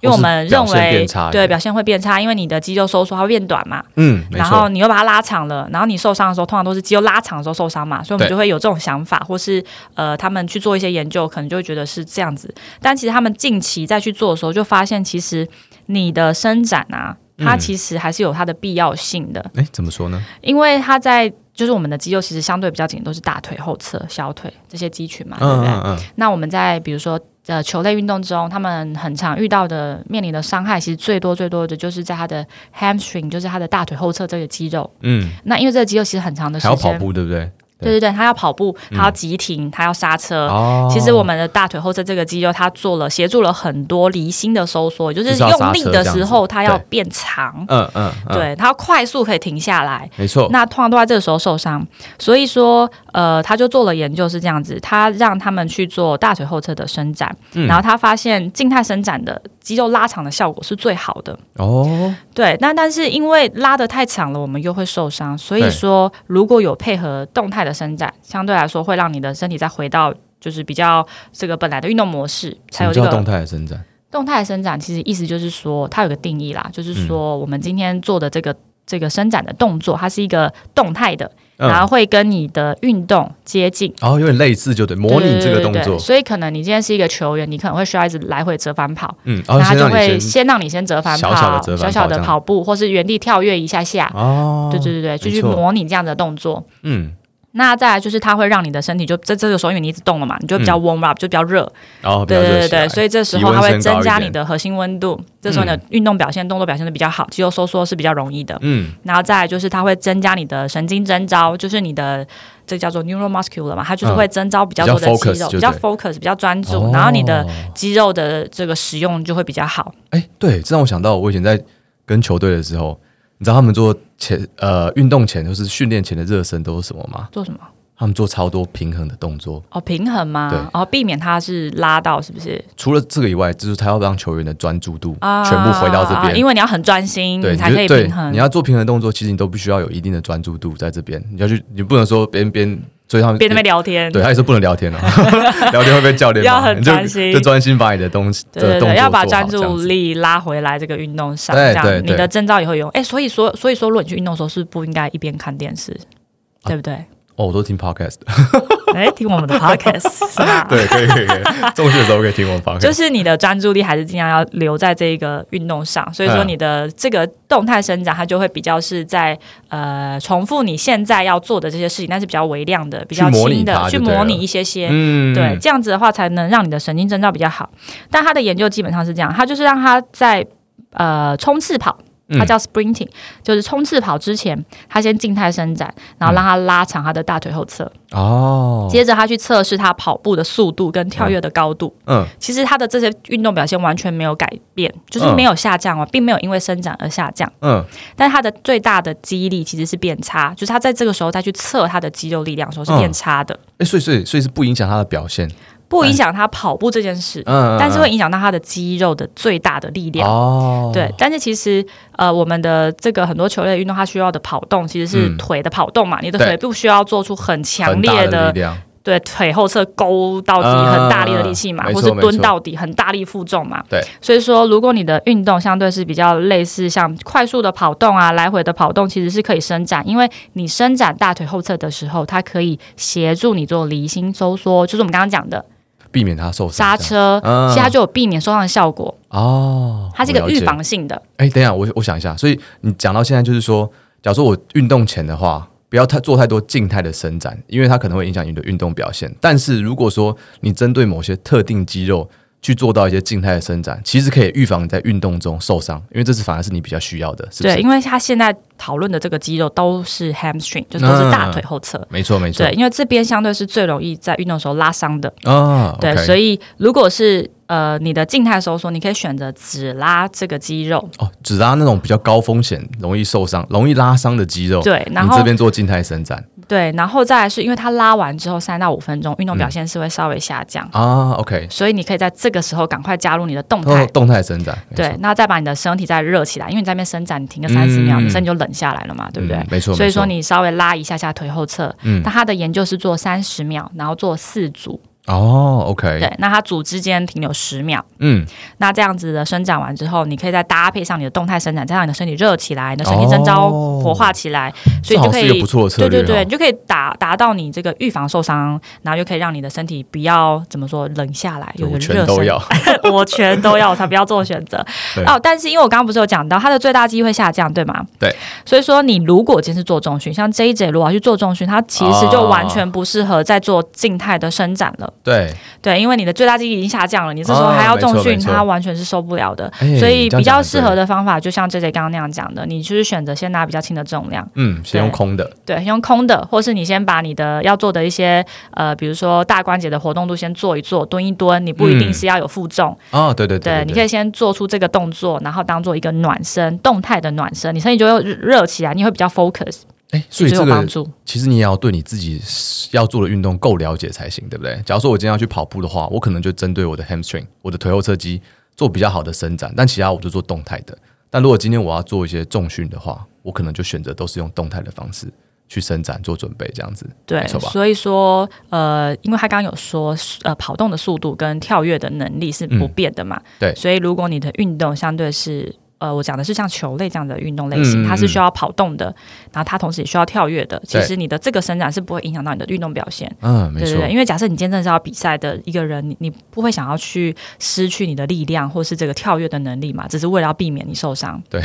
Speaker 1: 因为我们认
Speaker 2: 表现
Speaker 1: 为
Speaker 2: 变差
Speaker 1: 对表现会变差，因为你的肌肉收缩它会变短嘛，
Speaker 2: 嗯，没
Speaker 1: 然后
Speaker 2: 错，
Speaker 1: 你又把它拉长了，然后你受伤的时候，通常都是肌肉拉长的时候受伤嘛，所以我们
Speaker 2: 对
Speaker 1: 就会有这种想法，或是呃，他们去做一些研究，可能就会觉得是这样子。但其实他们近期再去做的时候，就发现其实你的伸展啊，它
Speaker 2: 嗯
Speaker 1: 其实还是有它的必要性的，
Speaker 2: 哎，怎么说呢？
Speaker 1: 因为它在就是我们的肌肉其实相对比较紧，都是大腿后侧、小腿这些肌群嘛，啊对不
Speaker 2: 嗯
Speaker 1: 对？
Speaker 2: 嗯嗯，
Speaker 1: 那我们在比如说呃球类运动中，他们很常遇到的面临的伤害，其实最多最多的就是在他的 hamstring，就是他的大腿后侧这个肌肉。
Speaker 2: 嗯，
Speaker 1: 那因为这个肌肉其实很长的时
Speaker 2: 还
Speaker 1: 间，
Speaker 2: 要跑步，对不对？
Speaker 1: 对对对，他要跑步，他要急停，他要刹车。
Speaker 2: 哦，
Speaker 1: 呃其实我们的大腿后侧这个肌肉，它做了协助了很多离心的收缩，也就是
Speaker 2: 就是要刹
Speaker 1: 用
Speaker 2: 车
Speaker 1: 力的时候，
Speaker 2: 这
Speaker 1: 它
Speaker 2: 样子
Speaker 1: 要
Speaker 2: 对
Speaker 1: 变长，
Speaker 2: 嗯嗯嗯，，哦
Speaker 1: 对，它要快速可以停下来。
Speaker 2: 没错，
Speaker 1: 那通常都在这个时候受伤，所以说，呃，他就做了研究是这样子，他让他们去做大腿后侧的伸展，
Speaker 2: 嗯
Speaker 1: 然后他发现静态伸展的肌肉拉长的效果是最好的。
Speaker 2: 哦，
Speaker 1: 对，那但是因为拉得太长了，我们又会受伤，所以
Speaker 2: 对
Speaker 1: 说如果有配合动态的伸展，相对来说会让你的身体再回到就是比较这个本来的运动模式，才
Speaker 2: 什
Speaker 1: 有
Speaker 2: 么
Speaker 1: 这
Speaker 2: 叫
Speaker 1: 个
Speaker 2: 动态的伸展？
Speaker 1: 动态伸展其实意思就是说，它有个定义啦，就是
Speaker 2: 嗯
Speaker 1: 说我们今天做的这个这个伸展的动作，它是一个动态的，
Speaker 2: 嗯
Speaker 1: 然后会跟你的运动接近。
Speaker 2: 哦，有点类似，就对，模拟这个动
Speaker 1: 对对对
Speaker 2: 作
Speaker 1: 对，所以可能你今天是一个球员，你可能会需要一直来回折返跑，
Speaker 2: 嗯，
Speaker 1: 那
Speaker 2: 然后
Speaker 1: 它
Speaker 2: 先
Speaker 1: 就
Speaker 2: 让
Speaker 1: 会
Speaker 2: 你先，
Speaker 1: 先让你先折返跑，
Speaker 2: 小小的折返跑
Speaker 1: 小小的
Speaker 2: 这样
Speaker 1: 跑步，或是原地跳跃一下下，
Speaker 2: 哦，
Speaker 1: 对，对对对，就去
Speaker 2: 没错
Speaker 1: 模拟这样的动作。
Speaker 2: 嗯，
Speaker 1: 那再来就是它会让你的身体就在这个时候，因为你一直动了嘛，你就
Speaker 2: 嗯
Speaker 1: 比较 warm up，、就比较热，
Speaker 2: 然后
Speaker 1: 对对对对，所
Speaker 2: 以
Speaker 1: 以这时
Speaker 2: 啊体
Speaker 1: 候
Speaker 2: 温
Speaker 1: 它会
Speaker 2: 升高
Speaker 1: 增
Speaker 2: 一
Speaker 1: 加
Speaker 2: 点
Speaker 1: 你的核心温度，这时候你的运动表现、动作表现的比较好，肌肉收缩是比较容易的。
Speaker 2: 嗯，
Speaker 1: 然后再来就是它会增加你的神经征召，就是你的这叫做 neuromuscular 嘛，它就是
Speaker 2: 嗯
Speaker 1: 会征召比较
Speaker 2: 比较
Speaker 1: 多的肌
Speaker 2: focus
Speaker 1: 肉，
Speaker 2: 就
Speaker 1: 比较
Speaker 2: 对
Speaker 1: focus，比较专注，然后你的
Speaker 2: 哦，
Speaker 1: 肌肉的这个使用就会比较好。
Speaker 2: 哎，对，这让我想到我以前在跟球队的时候，你知道他们做前呃运动前就是训练前的热身都是什么吗？
Speaker 1: 做什么？
Speaker 2: 他们做超多平衡的动作，
Speaker 1: 哦，平衡
Speaker 2: 对
Speaker 1: 吗？哦，避免它是拉到，是不是？
Speaker 2: 除了这个以外，就是他要让球员的专注度
Speaker 1: 啊，
Speaker 2: 全部回到这
Speaker 1: 啊
Speaker 2: 边，
Speaker 1: 因为你要很专心，
Speaker 2: 对，
Speaker 1: 你
Speaker 2: 你
Speaker 1: 才
Speaker 2: 就
Speaker 1: 可以
Speaker 2: 对
Speaker 1: 平衡
Speaker 2: 你。要做平衡动作，其实你都必须要有一定的专注度在这边，你要去，你不能说边边，所以他们
Speaker 1: 边那边聊天，
Speaker 2: 对，他也说不能聊
Speaker 1: <laughs>
Speaker 2: 天哦，聊天会被教练骂
Speaker 1: 要很
Speaker 2: 你就
Speaker 1: 专心
Speaker 2: 就专心把你的东西
Speaker 1: 对对
Speaker 2: 的动
Speaker 1: 对，
Speaker 2: 作
Speaker 1: 要把
Speaker 2: 做好
Speaker 1: 专
Speaker 2: 这样
Speaker 1: 注
Speaker 2: 子
Speaker 1: 力拉回来这个运动上，
Speaker 2: 对
Speaker 1: 这样
Speaker 2: 对
Speaker 1: 你
Speaker 2: 对
Speaker 1: 的征兆也会有。哎，所以说，所以说，如果你去运动的时候，是不是不应该一边看电视，对不对？
Speaker 2: 哦，我都
Speaker 1: <laughs>
Speaker 2: 听 podcast，
Speaker 1: 哎，听我们
Speaker 2: <laughs>
Speaker 1: 的 podcast 是吧？
Speaker 2: 对，可以可以可以，中学的时候可以听我们 podcast，
Speaker 1: 就是你的专注力还是尽量要留在这个运动上，所以说
Speaker 2: 嗯
Speaker 1: 你的这个动态伸展，它就会比较是在呃重复你现在要做的这些事情，但是比较微量的、比较
Speaker 2: 模拟
Speaker 1: 轻的，
Speaker 2: 它
Speaker 1: 去
Speaker 2: 就对
Speaker 1: 模拟
Speaker 2: 了
Speaker 1: 一些些。
Speaker 2: 嗯
Speaker 1: 对，，这样子的话才能让你的神经征兆比较好。但他的研究基本上是这样，他就是让他在呃冲刺跑，
Speaker 2: 嗯
Speaker 1: 它叫 sprinting，、就是冲刺跑之前，他先静态伸展，然后让他拉长他的大腿后侧，
Speaker 2: 哦，
Speaker 1: 接着他去测试他跑步的速度跟跳跃的高度。
Speaker 2: 嗯，
Speaker 1: 其实他的这些运动表现完全没有改变，就是
Speaker 2: 嗯
Speaker 1: 没有下降哦，并没有因为伸展而下降。
Speaker 2: 嗯，
Speaker 1: 但他的最大的肌力其实是变差，就是他在这个时候再去测他的肌肉力量的时候是变
Speaker 2: 嗯
Speaker 1: 差的，
Speaker 2: 哎，所以所以所以是不影响他的表现，
Speaker 1: 不影响他跑步这件事。
Speaker 2: 嗯，嗯
Speaker 1: 但是
Speaker 2: 嗯
Speaker 1: 会影响到他的肌肉的最大的力量。
Speaker 2: 哦，
Speaker 1: 对，但是其实呃，我们的这个很多球类运动，它需要的跑动其实是
Speaker 2: 嗯
Speaker 1: 腿的跑动嘛，你的
Speaker 2: 对
Speaker 1: 腿不需要做出很强
Speaker 2: 很大
Speaker 1: 烈
Speaker 2: 的
Speaker 1: 的
Speaker 2: 力量，
Speaker 1: 对腿后侧勾到底、
Speaker 2: 嗯
Speaker 1: 很大力的力气嘛，
Speaker 2: 没
Speaker 1: 或
Speaker 2: 错
Speaker 1: 是
Speaker 2: 没
Speaker 1: 蹲
Speaker 2: 错
Speaker 1: 到底很大力负重嘛。
Speaker 2: 对，
Speaker 1: 所以说如果你的运动相对是比较类似像快速的跑动啊、来回的跑动，其实是可以伸展，因为你伸展大腿后侧的时候，它可以协助你做离心收缩，就是我们刚刚讲的
Speaker 2: 避免他受伤，
Speaker 1: 刹
Speaker 2: 这
Speaker 1: 车，
Speaker 2: 样嗯
Speaker 1: 其实它就有避免受伤的效果。
Speaker 2: 哦，
Speaker 1: 它是一
Speaker 2: 我
Speaker 1: 个
Speaker 2: 了
Speaker 1: 预
Speaker 2: 解
Speaker 1: 防性的，
Speaker 2: 哎，等一下，我我想一下。所以你讲到现在，就是说，假如说我运动前的话，不要太做太多静态的伸展，因为它可能会影响你的运动表现。但是如果说你针对某些特定肌肉去做到一些静态的伸展，其实可以预防你在运动中受伤，因为这是反而是你比较需要的，是不
Speaker 1: 对，
Speaker 2: 是？
Speaker 1: 因为它现在讨论的这个肌肉都是 hamstring，就是都是大腿后侧，
Speaker 2: 没错，没错
Speaker 1: 对，。因为这边相对是最容易在运动的时候拉伤的，
Speaker 2: 啊，
Speaker 1: 对，所
Speaker 2: 以
Speaker 1: 以如果是呃你的静态收缩，你可以选择只拉这个肌肉，
Speaker 2: 哦，只拉那种比较高风险、容易受伤、容易拉伤的肌肉，
Speaker 1: 对，然
Speaker 2: 哦你
Speaker 1: 后
Speaker 2: 这边做静态伸展
Speaker 1: 对，然后再来是因为它拉完之后三到五分钟，运动
Speaker 2: 嗯
Speaker 1: 表现是会稍微下降，
Speaker 2: 啊，OK，
Speaker 1: 所以你可以在这个时候赶快加入你的动态
Speaker 2: 动。动态伸展，没错
Speaker 1: 对，，那再把你的身体再热起来，因为你在那边伸展，你停个三十秒，
Speaker 2: 嗯
Speaker 1: 你身体就冷下来了嘛，对不对？
Speaker 2: 嗯没错，
Speaker 1: 所以说
Speaker 2: 没错
Speaker 1: 你稍微拉一下下腿后侧，
Speaker 2: 嗯
Speaker 1: 那他的研究是做三十秒，然后做四组，
Speaker 2: 哦，OK，
Speaker 1: 对，那它组织间停留十秒。
Speaker 2: 嗯，
Speaker 1: 那这样子的伸展完之后，你可以再搭配上你的动态伸展，再让你的身体热起来，你的神经征召
Speaker 2: 哦
Speaker 1: 活化起来，所
Speaker 2: 这
Speaker 1: 以
Speaker 2: 好
Speaker 1: 就
Speaker 2: 像
Speaker 1: 可
Speaker 2: 是一个
Speaker 1: 以
Speaker 2: 不错的策
Speaker 1: 对对
Speaker 2: 略哦。
Speaker 1: 对，你就可以达达到你这个预防受伤，然后就可以让你的身体不要怎么说冷下来，有
Speaker 2: 我
Speaker 1: 个
Speaker 2: 全
Speaker 1: 热
Speaker 2: 都
Speaker 1: 身。
Speaker 2: 要
Speaker 1: <laughs> 我全都要，我才不要做选择
Speaker 2: 对。
Speaker 1: 哦，但是因为我刚刚不是有讲到它的最大肌会下降，对吗？
Speaker 2: 对。
Speaker 1: 所以说，你如果今天是做重训，像这一节如果要去做重训，它其实就
Speaker 2: 啊
Speaker 1: 完全不适合在做静态的伸展了。
Speaker 2: 对，
Speaker 1: 对，因为你的最大肌已经下降了，你这时候
Speaker 2: 哦
Speaker 1: 还要重
Speaker 2: 没
Speaker 1: 训，
Speaker 2: 错没错
Speaker 1: 它完全是受不了的。
Speaker 2: 哎
Speaker 1: 所以比较适合，
Speaker 2: 你这样讲得对
Speaker 1: 的方法，就像 J J 刚刚那样讲的，你就是选择先拿比较轻的重量，
Speaker 2: 嗯，先用空的，
Speaker 1: 对，先用空的，或是你先把你的要做的一些呃，比如说大关节的活动度先做一做，蹲一蹲，你不一定
Speaker 2: 嗯
Speaker 1: 是要有负重，
Speaker 2: 哦，对对对，
Speaker 1: 对，你可
Speaker 2: 以，
Speaker 1: 以先做出这个动作，然后当做一个暖身，动态的暖身，你身体就会热热起来，你会比较 focus，
Speaker 2: 哎，所以
Speaker 1: 就
Speaker 2: 这
Speaker 1: 有帮
Speaker 2: 个
Speaker 1: 助。
Speaker 2: 其实你也要对你自己要做的运动够了解才行，对不对？假如说我今天要去跑步的话，我可能就针对我的 hamstring，我的腿后侧肌做比较好的伸展，但其他我就做动态的。但如果今天我要做一些重训的话，我可能就选择都是用动态的方式去伸展做准备，这样子。
Speaker 1: 对
Speaker 2: 没错，吧
Speaker 1: 所以说，呃，因为他刚刚有说，呃，跑动的速度跟跳跃的能力是不变的嘛，
Speaker 2: 嗯对
Speaker 1: 所以如果你的运动相对是，呃，我讲的是像球类这样的运动类型，
Speaker 2: 嗯嗯
Speaker 1: 它
Speaker 2: 嗯
Speaker 1: 是需要跑动的，然后它同时也需要跳跃的，其
Speaker 2: 对
Speaker 1: 实你的这个伸展是不会影响到你的运动表现。
Speaker 2: 嗯，没
Speaker 1: 对对
Speaker 2: 错
Speaker 1: 对，。因为假设你今天真的是要比赛的一个人，你你不会想要去失去你的力量或是这个跳跃的能力嘛，只是为了要避免你受伤，
Speaker 2: 对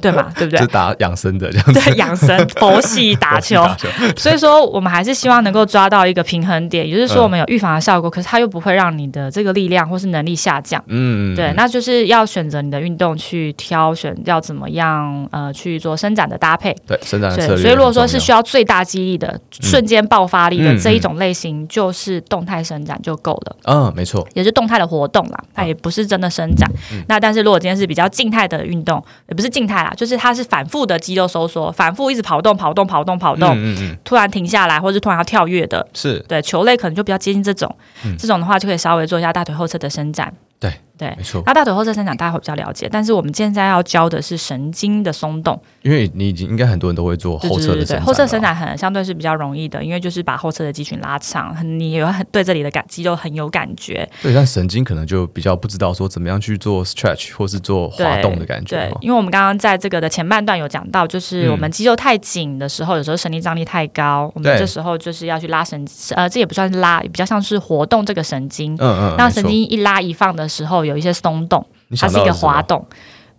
Speaker 1: 对嘛，对不
Speaker 2: <laughs>
Speaker 1: 对？
Speaker 2: 是打养生的这 <laughs> 样子，
Speaker 1: 对，养生、佛系打球，
Speaker 2: 打球，
Speaker 1: 所以说，我们还是希望能够抓到一个平衡点，也就是说，
Speaker 2: 嗯
Speaker 1: 我们有预防的效果，可是它又不会让你的这个力量或是能力下降。
Speaker 2: 嗯，
Speaker 1: 对，那就是要选择你的运动去挑选，要怎么样呃去做伸展的搭配。
Speaker 2: 对伸展的
Speaker 1: 对
Speaker 2: 呃策略很重要。，
Speaker 1: 所以如果说是需要最大肌力的、瞬间爆发力的
Speaker 2: 嗯
Speaker 1: 这一种类型，就是动态伸展就够了。
Speaker 2: 嗯，没错，
Speaker 1: 也是动态的活动啦，
Speaker 2: 啊
Speaker 1: 它也不是真的伸展。
Speaker 2: 嗯
Speaker 1: 那但是如果今天是比较静态的运动，呃也不是静态啦，就是它是反复的肌肉收缩，反复一直跑动、跑动、跑动、跑动，
Speaker 2: 嗯嗯嗯，
Speaker 1: 突然停下来，或是突然要跳跃的，
Speaker 2: 是
Speaker 1: 对球类可能就比较接近这种，
Speaker 2: 嗯
Speaker 1: 这种的话就可以稍微做一下大腿后侧的伸展。
Speaker 2: 对
Speaker 1: 对
Speaker 2: 没，错，
Speaker 1: 那大腿后侧伸展大家会比较了解，但是我们现在要教的是神经的松动，
Speaker 2: 因为你已经应该很多人都会做
Speaker 1: 对
Speaker 2: 后
Speaker 1: 对
Speaker 2: 侧
Speaker 1: 对
Speaker 2: 的
Speaker 1: 对
Speaker 2: 伸展
Speaker 1: 对，
Speaker 2: 了，
Speaker 1: 后侧伸展很相对是比较容易的，因为就是把后侧的肌群拉长，很你有很对这里的感肌肉很有感觉，
Speaker 2: 对，但神经可能就比较不知道说怎么样去做 stretch 或是做滑
Speaker 1: 对
Speaker 2: 动的感觉
Speaker 1: 对
Speaker 2: 哦。，
Speaker 1: 因为我们刚刚在这个的前半段有讲到，就是我们肌肉太紧的时候，有时候神经张力太高，我们
Speaker 2: 对
Speaker 1: 这时候就是要去拉神，呃，这也不算是拉，比较像是活动这个神经。
Speaker 2: 嗯嗯，
Speaker 1: 那
Speaker 2: 没
Speaker 1: 神
Speaker 2: 错
Speaker 1: 经一拉一放的时候，有一些松动，
Speaker 2: 你
Speaker 1: 它
Speaker 2: 想
Speaker 1: 是一
Speaker 2: 到
Speaker 1: 个
Speaker 2: 的什么嗯
Speaker 1: 滑，动。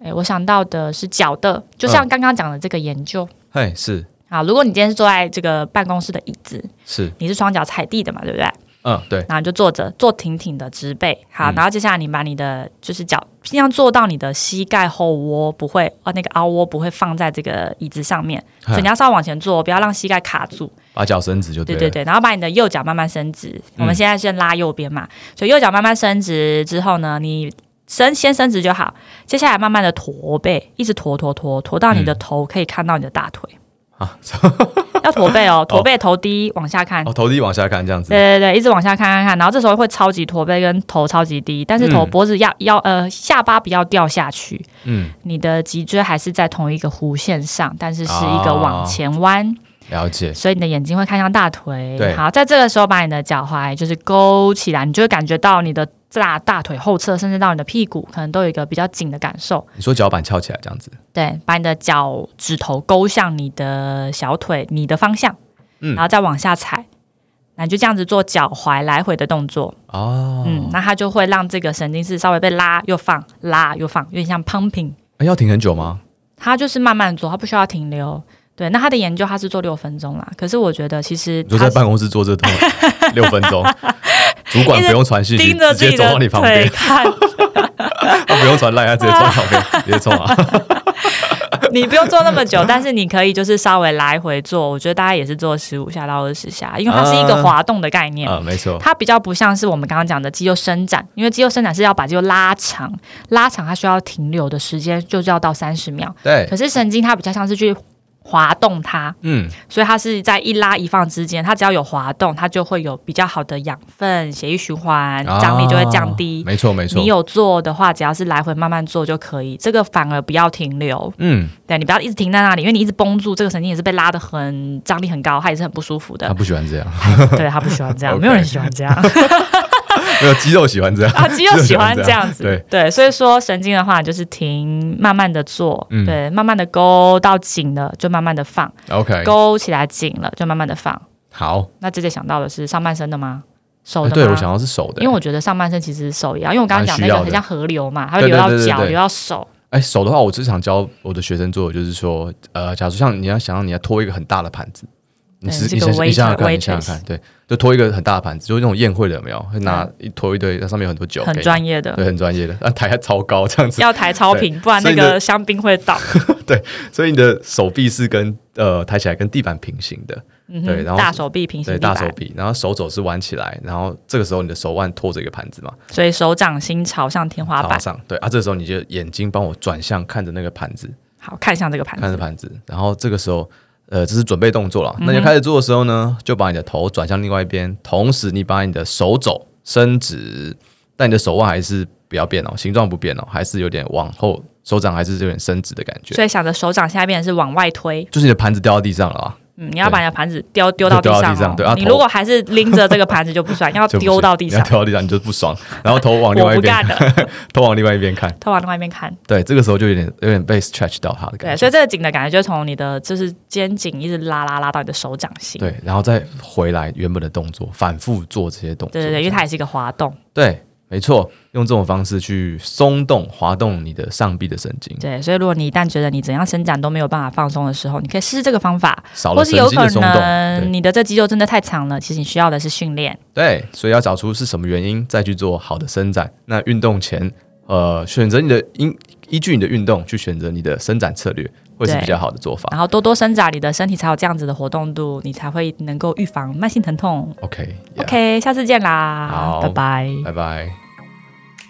Speaker 1: 哎，我想到的是脚的，就像刚刚讲的这个研究。
Speaker 2: 嘿，是
Speaker 1: 啊，如果你今天是坐在这个办公室的椅子，
Speaker 2: 是，
Speaker 1: 你是双脚踩地的嘛，对不对？
Speaker 2: 嗯，对，
Speaker 1: 然后你就坐着，坐挺挺的直背，好，
Speaker 2: 嗯
Speaker 1: 然后接下来你把你的就是脚尽量做到你的膝盖后窝不会，呃，那个凹窝不会放在这个椅子上面，所以你要稍微往前坐，不要让膝盖卡住。
Speaker 2: 把脚伸直就
Speaker 1: 对
Speaker 2: 了
Speaker 1: 对对，然后把你的右脚慢慢伸直。我们现在先拉右边嘛，所以右脚慢慢伸直之后呢，你伸先伸直就好，接下来慢慢的驼背，一直驼驼驼驼到你的头可以看到你的大腿，
Speaker 2: 啊，
Speaker 1: 要驼背哦，驼背头低往下看。
Speaker 2: 哦，头低往下看这样子，
Speaker 1: 对对对，一直往下看看看，然后这时候会超级驼背跟头超级低，但是头
Speaker 2: 嗯
Speaker 1: 脖子要要呃下巴不要掉下去，
Speaker 2: 嗯，
Speaker 1: 你的脊椎还是在同一个弧线上，但是是一个往前弯，
Speaker 2: 了解，
Speaker 1: 所以你的眼睛会看向大腿
Speaker 2: 哦对。
Speaker 1: 好，在这个时候把你的脚踝就是勾起来，你就会感觉到你的大大腿后侧，甚至到你的屁股，可能都有一个比较紧的感受。
Speaker 2: 你说脚板翘起来这样子，
Speaker 1: 对，把你的脚趾头勾向你的小腿，你的方向，
Speaker 2: 嗯
Speaker 1: 然后再往下踩。那你就这样子做脚踝来回的动作，
Speaker 2: 哦，
Speaker 1: 嗯，那它就会让这个神经是稍微被拉又放，拉又放，有点像 pumping。
Speaker 2: 哎要停很久吗？
Speaker 1: 它就是慢慢做，它不需要停留。对，那它的研究它是做六分钟啦，可是我觉得其实
Speaker 2: 你说
Speaker 1: 它
Speaker 2: 在办公室做这动
Speaker 1: <laughs>
Speaker 2: 六分钟，主管
Speaker 1: 一直
Speaker 2: 不用传讯息，
Speaker 1: 盯着
Speaker 2: 直
Speaker 1: 自
Speaker 2: 接
Speaker 1: 己
Speaker 2: 走到
Speaker 1: 的
Speaker 2: 你旁
Speaker 1: 腿
Speaker 2: 边，
Speaker 1: 看，
Speaker 2: <laughs> 他不用传赖，他直接冲到旁边，
Speaker 1: <laughs>
Speaker 2: 直接冲啊，
Speaker 1: 你不用做那么久，但是你可以就是稍微来回做，我觉得大概也是做十五下到二十下，因为它是一个滑动的概念。
Speaker 2: <laughs> 啊，没错，
Speaker 1: 它比较不像是我们刚刚讲的肌肉伸展，因为肌肉伸展是要把肌肉拉长，拉长它需要停留的时间就是要到三十秒。
Speaker 2: 对，
Speaker 1: 可是神经它比较像是去滑动它，
Speaker 2: 嗯，
Speaker 1: 所以它是在一拉一放之间，它只要有滑动，它就会有比较好的养分、血液循环，张力就会降低。
Speaker 2: 啊没错没错
Speaker 1: 你，有做的话，只要是来回慢慢做就可以，这个反而不要停留。
Speaker 2: 嗯，
Speaker 1: 对你不要一直停在那里，因为你一直绷住，这个神经也是被拉得很张力很高，它也是很不舒服 <laughs>
Speaker 2: 他
Speaker 1: 的。
Speaker 2: 不喜欢这样。
Speaker 1: 对他不喜欢这样，
Speaker 2: OK
Speaker 1: <laughs> 没有人喜欢这样。
Speaker 2: 没有肌肉喜欢这样
Speaker 1: 啊，肌肉喜欢这样子，
Speaker 2: 对，
Speaker 1: 所以说神经的话就是停，慢慢的做，
Speaker 2: 嗯
Speaker 1: 对，慢慢的勾到紧了就慢慢的放，
Speaker 2: ，OK，
Speaker 1: 勾起来紧了就慢慢的放。
Speaker 2: 好，
Speaker 1: 那姐姐想到的是上半身的吗？手哦的
Speaker 2: 哎
Speaker 1: 吗？
Speaker 2: 对我想要是手的，
Speaker 1: 因为我觉得上半身其实手也要，因为我刚刚讲那
Speaker 2: 蛮需要
Speaker 1: 个
Speaker 2: 的
Speaker 1: 很像河流嘛，它会流到
Speaker 2: 对对对
Speaker 1: 脚，
Speaker 2: 对对
Speaker 1: 流到手，
Speaker 2: 哎，手的话，我最常教我的学生做，的就是说，呃，假如像你要想让你要拖一个很大的盘子，你
Speaker 1: 嗯
Speaker 2: 是
Speaker 1: 这
Speaker 2: 你
Speaker 1: 个
Speaker 2: 想你想想
Speaker 1: waiter-
Speaker 2: 看，你想想看，对，就拖一个很大的盘子，就是那种宴会的有没有？会拿一拖一堆，那上面有很多酒，
Speaker 1: 嗯很
Speaker 2: 给你
Speaker 1: 专业的，
Speaker 2: 对，很专业的，那抬还超高这样子，
Speaker 1: 要抬超平，不然那
Speaker 2: 所以你
Speaker 1: 个香槟会
Speaker 2: <laughs>
Speaker 1: 倒。
Speaker 2: 所以你的手臂是跟呃抬起来跟地板平行的，
Speaker 1: 嗯
Speaker 2: 对
Speaker 1: 哼
Speaker 2: 然后
Speaker 1: 大手臂平行
Speaker 2: 对，
Speaker 1: 地
Speaker 2: 大手
Speaker 1: 板，
Speaker 2: 臂，然后手肘是弯起来，然后这个时候你的手腕托着一个盘子嘛，
Speaker 1: 所以手掌心朝向天花
Speaker 2: 朝
Speaker 1: 板，
Speaker 2: 上，对啊，这时候你就眼睛帮我转向看着那个盘子，
Speaker 1: 好看向这个盘
Speaker 2: 看着
Speaker 1: 子，
Speaker 2: 盘子，然后这个时候，呃，这是准备动作
Speaker 1: 嗯
Speaker 2: 了。那你开始做的时候呢，就把你的头转向另外一边，同时你把你的手肘伸直，但你的手腕还是不要变哦，形状不变哦，还是有点往后，手掌还是有点伸直的感觉，
Speaker 1: 所以想着手掌下边是往外推，
Speaker 2: 就是你的盘子掉到地上了啊。
Speaker 1: 嗯，你要把你的盘子丢丢到地
Speaker 2: 丢
Speaker 1: 上
Speaker 2: 到地上对
Speaker 1: 哦
Speaker 2: 啊。
Speaker 1: 你
Speaker 2: 头
Speaker 1: 如果还是拎着这个盘子就不算，要
Speaker 2: <laughs> 就不
Speaker 1: 丢
Speaker 2: 行
Speaker 1: 到地
Speaker 2: 你
Speaker 1: 上
Speaker 2: 要。丢到地上你就不爽，然后头往另
Speaker 1: 我
Speaker 2: 外一
Speaker 1: 不
Speaker 2: 边
Speaker 1: 干，
Speaker 2: <laughs>
Speaker 1: 的，
Speaker 2: 头往另外一边看，
Speaker 1: 他往另外一边看。
Speaker 2: 对，这个时候就有点有点被 stretch 到它的感
Speaker 1: 对，
Speaker 2: 觉，
Speaker 1: 所以这个紧的感觉就从你的就是肩颈一直拉拉拉到你的手掌心。
Speaker 2: 对，然后再回来原本的动作，反复做这些动作，
Speaker 1: 对对对，因为它也是一个滑动。
Speaker 2: 对，没错，用这种方式去松动、滑动你的上臂的神经，
Speaker 1: 对，所以如果你一旦觉得你怎样伸展都没有办法放松的时候，你可以试试这个方法，
Speaker 2: 少
Speaker 1: 或
Speaker 2: 了
Speaker 1: 是
Speaker 2: 神
Speaker 1: 有
Speaker 2: 经
Speaker 1: 可
Speaker 2: 的松
Speaker 1: 能
Speaker 2: 动。
Speaker 1: 你的这肌肉真的太长了，其实你需要的是训练。
Speaker 2: 对对，所以要找出是什么原因，再去做好的伸展。那运动前，呃，选择你的依依据你的运动去选择你的伸展策略，会是
Speaker 1: 对
Speaker 2: 比较好的做法。
Speaker 1: 然后多多伸展你的身体，才有这样子的活动度，你才会能够预防慢性疼痛。
Speaker 2: OK，
Speaker 1: OK，下次见啦，
Speaker 2: 好
Speaker 1: 拜拜。
Speaker 2: 拜拜。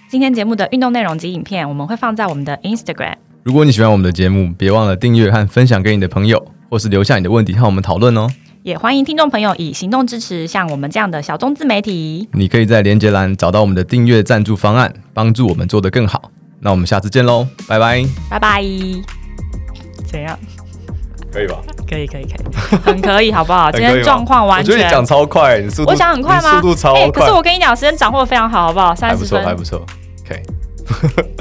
Speaker 1: 今天节目的运动内容及影片，我们会放在我们的 Instagram。
Speaker 2: 如果你喜欢我们的节目，别忘了订阅和分享给你的朋友，或是留下你的问题和我们讨论哦。
Speaker 1: 也欢迎听众朋友以行动支持像我们这样的小众自媒体。
Speaker 2: 你可以在连接栏找到我们的订阅赞助方案，帮助我们做得更好。那我们下次见喽，拜拜。
Speaker 1: 拜拜。怎样？
Speaker 2: 可以吧？
Speaker 1: 可以，可以，可
Speaker 2: <laughs>
Speaker 1: 以，很可以，好不好？
Speaker 2: 哎很
Speaker 1: 啊
Speaker 2: 可
Speaker 1: 今
Speaker 2: 以吗
Speaker 1: 天状况完
Speaker 2: 我觉得
Speaker 1: 全
Speaker 2: 你，讲超快，你速度
Speaker 1: 我讲很快吗？
Speaker 2: 你速度超
Speaker 1: 哎
Speaker 2: 快，
Speaker 1: 可是我跟你讲，时间掌握的非常好，好不好？
Speaker 2: 还
Speaker 1: 三
Speaker 2: 不
Speaker 1: 十
Speaker 2: 错，还
Speaker 1: 分
Speaker 2: 不错。OK，